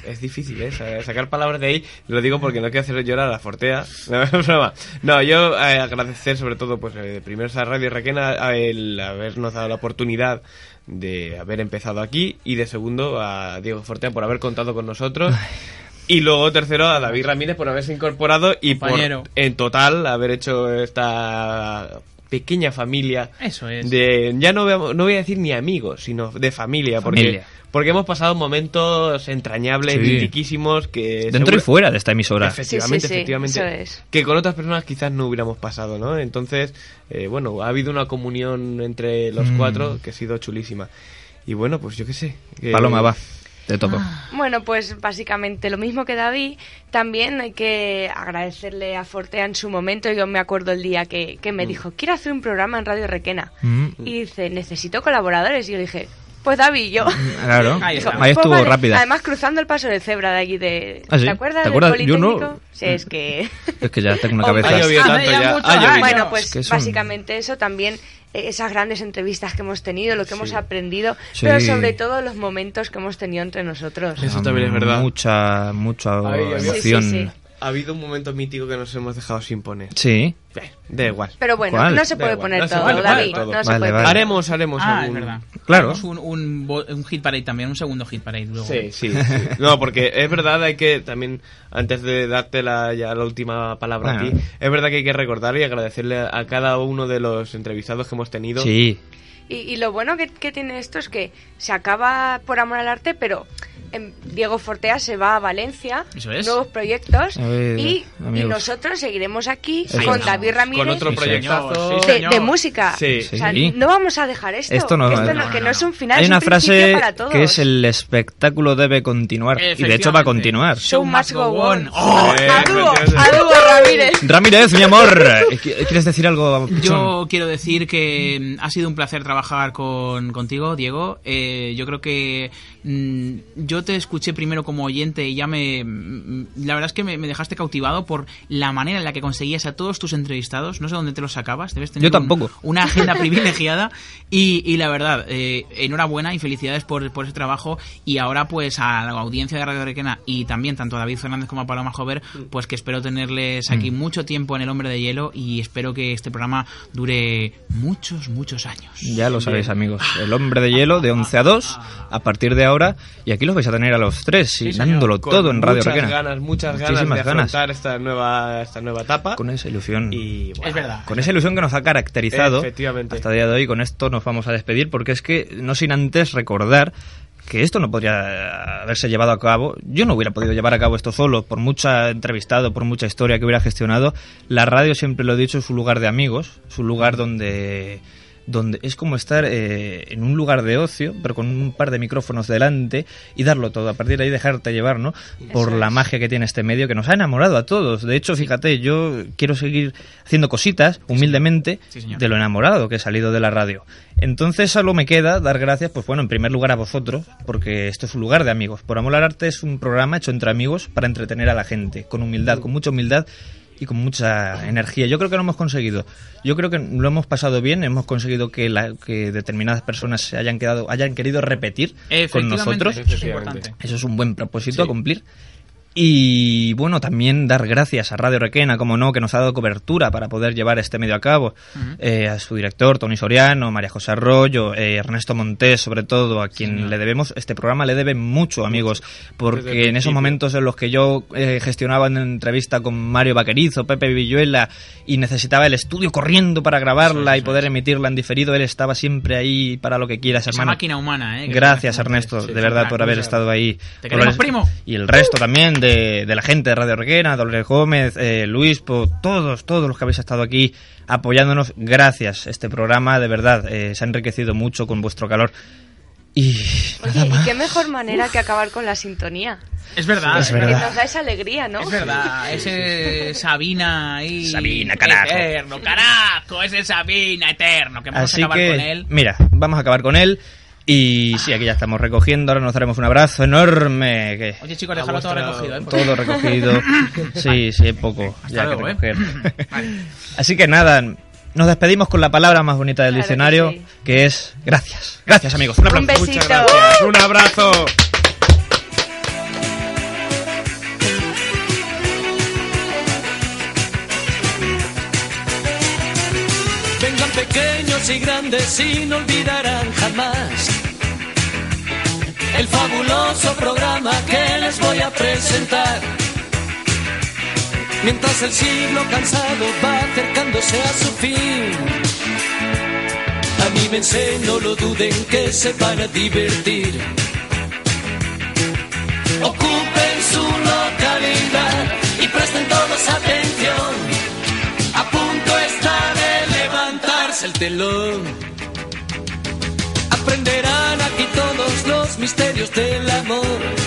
[SPEAKER 5] Es difícil, ¿eh? Sa- Sacar palabras de ahí. Lo digo porque no quiero hacer llorar a la fortea. No, es broma. No, yo eh, agradecer sobre todo, pues, eh, primero a Radio Requena a el habernos dado la oportunidad de haber empezado aquí y de segundo a Diego Fortea por haber contado con nosotros. Y luego tercero a David Ramírez por haberse incorporado y
[SPEAKER 7] Compañero.
[SPEAKER 5] por en total haber hecho esta pequeña familia
[SPEAKER 7] Eso es.
[SPEAKER 5] de ya no veamos- no voy a decir ni amigos sino de familia porque
[SPEAKER 4] Familia.
[SPEAKER 5] porque hemos pasado momentos entrañables
[SPEAKER 4] Sí.
[SPEAKER 5] mitiquísimos que
[SPEAKER 4] Dentro
[SPEAKER 5] seguro-
[SPEAKER 4] y fuera de esta emisora.
[SPEAKER 6] Sí,
[SPEAKER 5] efectivamente
[SPEAKER 6] sí, sí,
[SPEAKER 5] efectivamente
[SPEAKER 6] eso es.
[SPEAKER 5] que con otras personas quizás no hubiéramos pasado no entonces eh, bueno ha habido una comunión entre los
[SPEAKER 4] Mm.
[SPEAKER 5] cuatro que ha sido chulísima y bueno pues yo qué sé eh,
[SPEAKER 4] Paloma, va, te
[SPEAKER 23] Ah.
[SPEAKER 4] toco.
[SPEAKER 6] Bueno, pues básicamente lo mismo que David. También hay que agradecerle a Fortea en su momento. Yo me acuerdo el día que, que me dijo, quiero hacer un programa en Radio Requena.
[SPEAKER 4] Mm.
[SPEAKER 6] Y dice, necesito colaboradores. Y yo dije, pues David y yo.
[SPEAKER 4] Mm, Claro. Ahí,
[SPEAKER 6] Dijo, "Pues
[SPEAKER 4] estuvo
[SPEAKER 6] vale".
[SPEAKER 4] rápida.
[SPEAKER 6] Además, cruzando el paso de cebra de allí de...
[SPEAKER 4] Ah, sí.
[SPEAKER 6] ¿Te acuerdas?
[SPEAKER 4] ¿Te
[SPEAKER 6] del
[SPEAKER 4] acuerdas? Yo no.
[SPEAKER 6] Politécnico? Sí, es que... Ah,
[SPEAKER 4] Es que ya tengo una
[SPEAKER 6] Hombre.
[SPEAKER 4] cabeza. Ah,
[SPEAKER 6] Bueno, pues
[SPEAKER 4] Es que son-
[SPEAKER 6] básicamente eso también, eh, esas grandes entrevistas que hemos tenido, lo que hemos aprendido,
[SPEAKER 4] Sí.
[SPEAKER 6] pero sobre todo los momentos que hemos tenido entre nosotros.
[SPEAKER 5] Eso también es verdad.
[SPEAKER 4] Mucha, mucha
[SPEAKER 5] Ay, ay, ay.
[SPEAKER 4] emoción.
[SPEAKER 6] Sí, sí, sí.
[SPEAKER 5] ha habido un momento mítico que nos hemos dejado sin poner
[SPEAKER 4] Sí.
[SPEAKER 5] Eh, da igual
[SPEAKER 6] Pero bueno,
[SPEAKER 4] ¿Cuál?
[SPEAKER 6] no se
[SPEAKER 5] Da
[SPEAKER 6] puede
[SPEAKER 5] igual,
[SPEAKER 6] poner
[SPEAKER 5] no se
[SPEAKER 6] todo,
[SPEAKER 5] puede poner
[SPEAKER 6] David.
[SPEAKER 5] todo.
[SPEAKER 6] No se
[SPEAKER 4] Vale,
[SPEAKER 6] puede
[SPEAKER 4] vale.
[SPEAKER 6] poner.
[SPEAKER 5] haremos haremos
[SPEAKER 7] Ah,
[SPEAKER 5] algún-
[SPEAKER 7] es verdad.
[SPEAKER 4] Claro.
[SPEAKER 7] Tenemos Un, un, bo- un hit parade también, un segundo hit parade luego.
[SPEAKER 5] Sí, sí, sí. No, porque es verdad, hay que también, antes de darte la, ya la última palabra a
[SPEAKER 4] Bueno.
[SPEAKER 5] ti, es verdad que hay que recordar y agradecerle a cada uno de los entrevistados que hemos tenido.
[SPEAKER 4] Sí.
[SPEAKER 6] Y, y lo bueno que, que tiene esto es que se acaba por amor al arte, pero em, Diego Fortea se va a Valencia,
[SPEAKER 7] Eso es.
[SPEAKER 6] nuevos proyectos,
[SPEAKER 4] A ver,
[SPEAKER 6] y, y
[SPEAKER 4] amigos.
[SPEAKER 6] nosotros seguiremos aquí
[SPEAKER 4] Eso
[SPEAKER 6] con
[SPEAKER 4] es.
[SPEAKER 6] David Ramírez.
[SPEAKER 5] Con otro
[SPEAKER 4] Sí,
[SPEAKER 5] proyectazo.
[SPEAKER 7] señor, sí,
[SPEAKER 6] de,
[SPEAKER 7] señor.
[SPEAKER 6] de música.
[SPEAKER 5] Sí.
[SPEAKER 6] O sea,
[SPEAKER 4] Sí.
[SPEAKER 6] no vamos a dejar esto.
[SPEAKER 4] Esto no-
[SPEAKER 6] que, esto
[SPEAKER 4] no,
[SPEAKER 6] no, que
[SPEAKER 7] no,
[SPEAKER 6] no es un final,
[SPEAKER 4] Hay
[SPEAKER 6] es
[SPEAKER 4] una
[SPEAKER 6] un principio
[SPEAKER 4] frase
[SPEAKER 6] para todos.
[SPEAKER 4] que es eh, el espectáculo debe continuar. Y de hecho va a continuar.
[SPEAKER 6] Show must go on.
[SPEAKER 7] Oh,
[SPEAKER 5] Eh,
[SPEAKER 6] A dúo,
[SPEAKER 5] precioso.
[SPEAKER 6] a dúo, Ramírez.
[SPEAKER 4] Ramírez, mi amor. ¿eh, qui- ¿Quieres decir algo? pichón?
[SPEAKER 7] Yo quiero decir que mm, ha sido un placer trabajar con, contigo, Diego. Eh, yo creo que mm, yo te escuché primero como oyente y ya me... mm, La verdad es que me, me dejaste cautivado por la manera en la que conseguías a todos tus entrevistados. No sé dónde te los sacabas. Debes tener
[SPEAKER 4] Yo
[SPEAKER 7] un-
[SPEAKER 4] tampoco.
[SPEAKER 7] una agenda privilegiada. Y, y la verdad, eh, enhorabuena y felicidades por, por ese trabajo. Y ahora pues a la audiencia de Radio Requena y también tanto a David Fernández como a Paloma Jover, pues que espero tenerles aquí
[SPEAKER 4] Mm.
[SPEAKER 7] mucho tiempo en El Hombre de Hielo y espero que este programa dure muchos, muchos años.
[SPEAKER 4] Ya lo sabéis, amigos. El hombre de hielo de 11 a 2 a partir de ahora. Y aquí los vais a tener a los tres y dándolo
[SPEAKER 5] Con
[SPEAKER 4] todo en Radio
[SPEAKER 5] muchas
[SPEAKER 4] Requena.
[SPEAKER 5] ganas, muchas ganas
[SPEAKER 4] Muchísimas
[SPEAKER 5] de
[SPEAKER 4] ganas.
[SPEAKER 5] afrontar esta nueva, esta nueva etapa.
[SPEAKER 4] Con esa ilusión.
[SPEAKER 5] Y bueno,
[SPEAKER 7] Es verdad.
[SPEAKER 4] Con esa ilusión que nos ha caracterizado
[SPEAKER 5] Efectivamente.
[SPEAKER 4] hasta el día de hoy, con esto nos vamos a despedir porque es que no sin antes recordar que esto no podría haberse llevado a cabo. Yo no hubiera podido llevar a cabo esto solo, por mucha entrevistado, por mucha historia que hubiera gestionado. La radio, siempre lo he dicho, es un lugar de amigos, es un lugar donde donde es como estar eh, en un lugar de ocio, pero con un par de micrófonos delante y darlo todo, a partir de ahí dejarte llevar, ¿no? Por la magia que tiene este medio, que nos ha enamorado a todos. De hecho, fíjate, yo quiero seguir haciendo cositas, humildemente,
[SPEAKER 7] Sí, señor.
[SPEAKER 4] de lo enamorado que he salido de la radio. Entonces solo me queda dar gracias, pues bueno, en primer lugar a vosotros, porque esto es un lugar de amigos. Por Amor al Arte es un programa hecho entre amigos para entretener a la gente, con humildad, con mucha humildad y con mucha energía. Yo creo que lo hemos conseguido. Yo creo que lo hemos pasado bien, hemos conseguido que, la- que determinadas personas se hayan quedado, hayan querido repetir con
[SPEAKER 7] Efectivamente,
[SPEAKER 4] nosotros.
[SPEAKER 7] eso es importante.
[SPEAKER 4] Eso es un buen propósito a cumplir. Y bueno, también dar gracias a Radio Requena, como no, que nos ha dado cobertura para poder llevar este medio a cabo. Eh, a su director, Tony Soriano, María José Arroyo, eh, Ernesto Montés, sobre todo, a quien le debemos, este programa le debe mucho, amigos,
[SPEAKER 5] Desde
[SPEAKER 4] porque
[SPEAKER 5] el
[SPEAKER 4] en esos
[SPEAKER 5] principio.
[SPEAKER 4] momentos en los que yo eh, gestionaba una entrevista con Mario Vaquerizo, Pepe Villuela, y necesitaba el estudio corriendo para grabarla y poder emitirla en diferido, él estaba siempre ahí para lo que quieras,
[SPEAKER 7] Esa
[SPEAKER 4] hermano.
[SPEAKER 7] máquina humana, ¿eh? Que
[SPEAKER 4] Gracias,
[SPEAKER 7] está-
[SPEAKER 4] Ernesto,
[SPEAKER 7] Sí,
[SPEAKER 4] de
[SPEAKER 7] sí,
[SPEAKER 4] verdad,
[SPEAKER 7] una
[SPEAKER 4] por haber
[SPEAKER 7] cosa-
[SPEAKER 4] estado ahí.
[SPEAKER 7] Te queremos,
[SPEAKER 4] Dolores-
[SPEAKER 7] primo.
[SPEAKER 4] Pues, Y el resto también de, de la gente de Radio Requena, Dolores Gómez, eh, Luispo, todos, todos los que habéis estado aquí apoyándonos. Gracias, este programa, de verdad, eh, se ha enriquecido mucho con vuestro calor. Y
[SPEAKER 6] Oye, y qué mejor manera que acabar con la sintonía.
[SPEAKER 7] Es verdad,
[SPEAKER 4] Es
[SPEAKER 7] es
[SPEAKER 6] Que
[SPEAKER 7] verdad.
[SPEAKER 4] verdad.
[SPEAKER 6] nos da esa alegría, ¿no?
[SPEAKER 7] Es verdad, ese Sabina ahí.
[SPEAKER 4] Sabina, carajo.
[SPEAKER 7] Eterno, carajo, ese Sabina eterno, que vamos
[SPEAKER 4] Así
[SPEAKER 7] a acabar
[SPEAKER 4] que,
[SPEAKER 7] con él.
[SPEAKER 4] mira, vamos a acabar con él. Y sí, aquí ya estamos recogiendo. Ahora nos daremos un abrazo enorme. Que
[SPEAKER 7] Oye, chicos, dejarlo todo recogido, ¿eh? Por
[SPEAKER 4] todo
[SPEAKER 7] favor.
[SPEAKER 4] recogido. Sí, sí, es poco. ya que
[SPEAKER 7] luego, ¿eh?
[SPEAKER 4] recoger. Así que nada, nos despedimos con la palabra más bonita del
[SPEAKER 6] Claro que
[SPEAKER 4] diccionario,
[SPEAKER 6] sí.
[SPEAKER 4] que es gracias. Gracias, amigos. Un aplauso.
[SPEAKER 6] Un besito.
[SPEAKER 5] Muchas gracias. Un abrazo.
[SPEAKER 3] pequeños y grandes sin olvidarán jamás el fabuloso programa que les voy a presentar. Mientras el siglo cansado va acercándose a su fin, anímense, no lo duden, que se van a divertir. Ocupen su localidad y presten todos atención. A punto está de levantarse el telón. Aprenderán aquí todos los misterios del amor.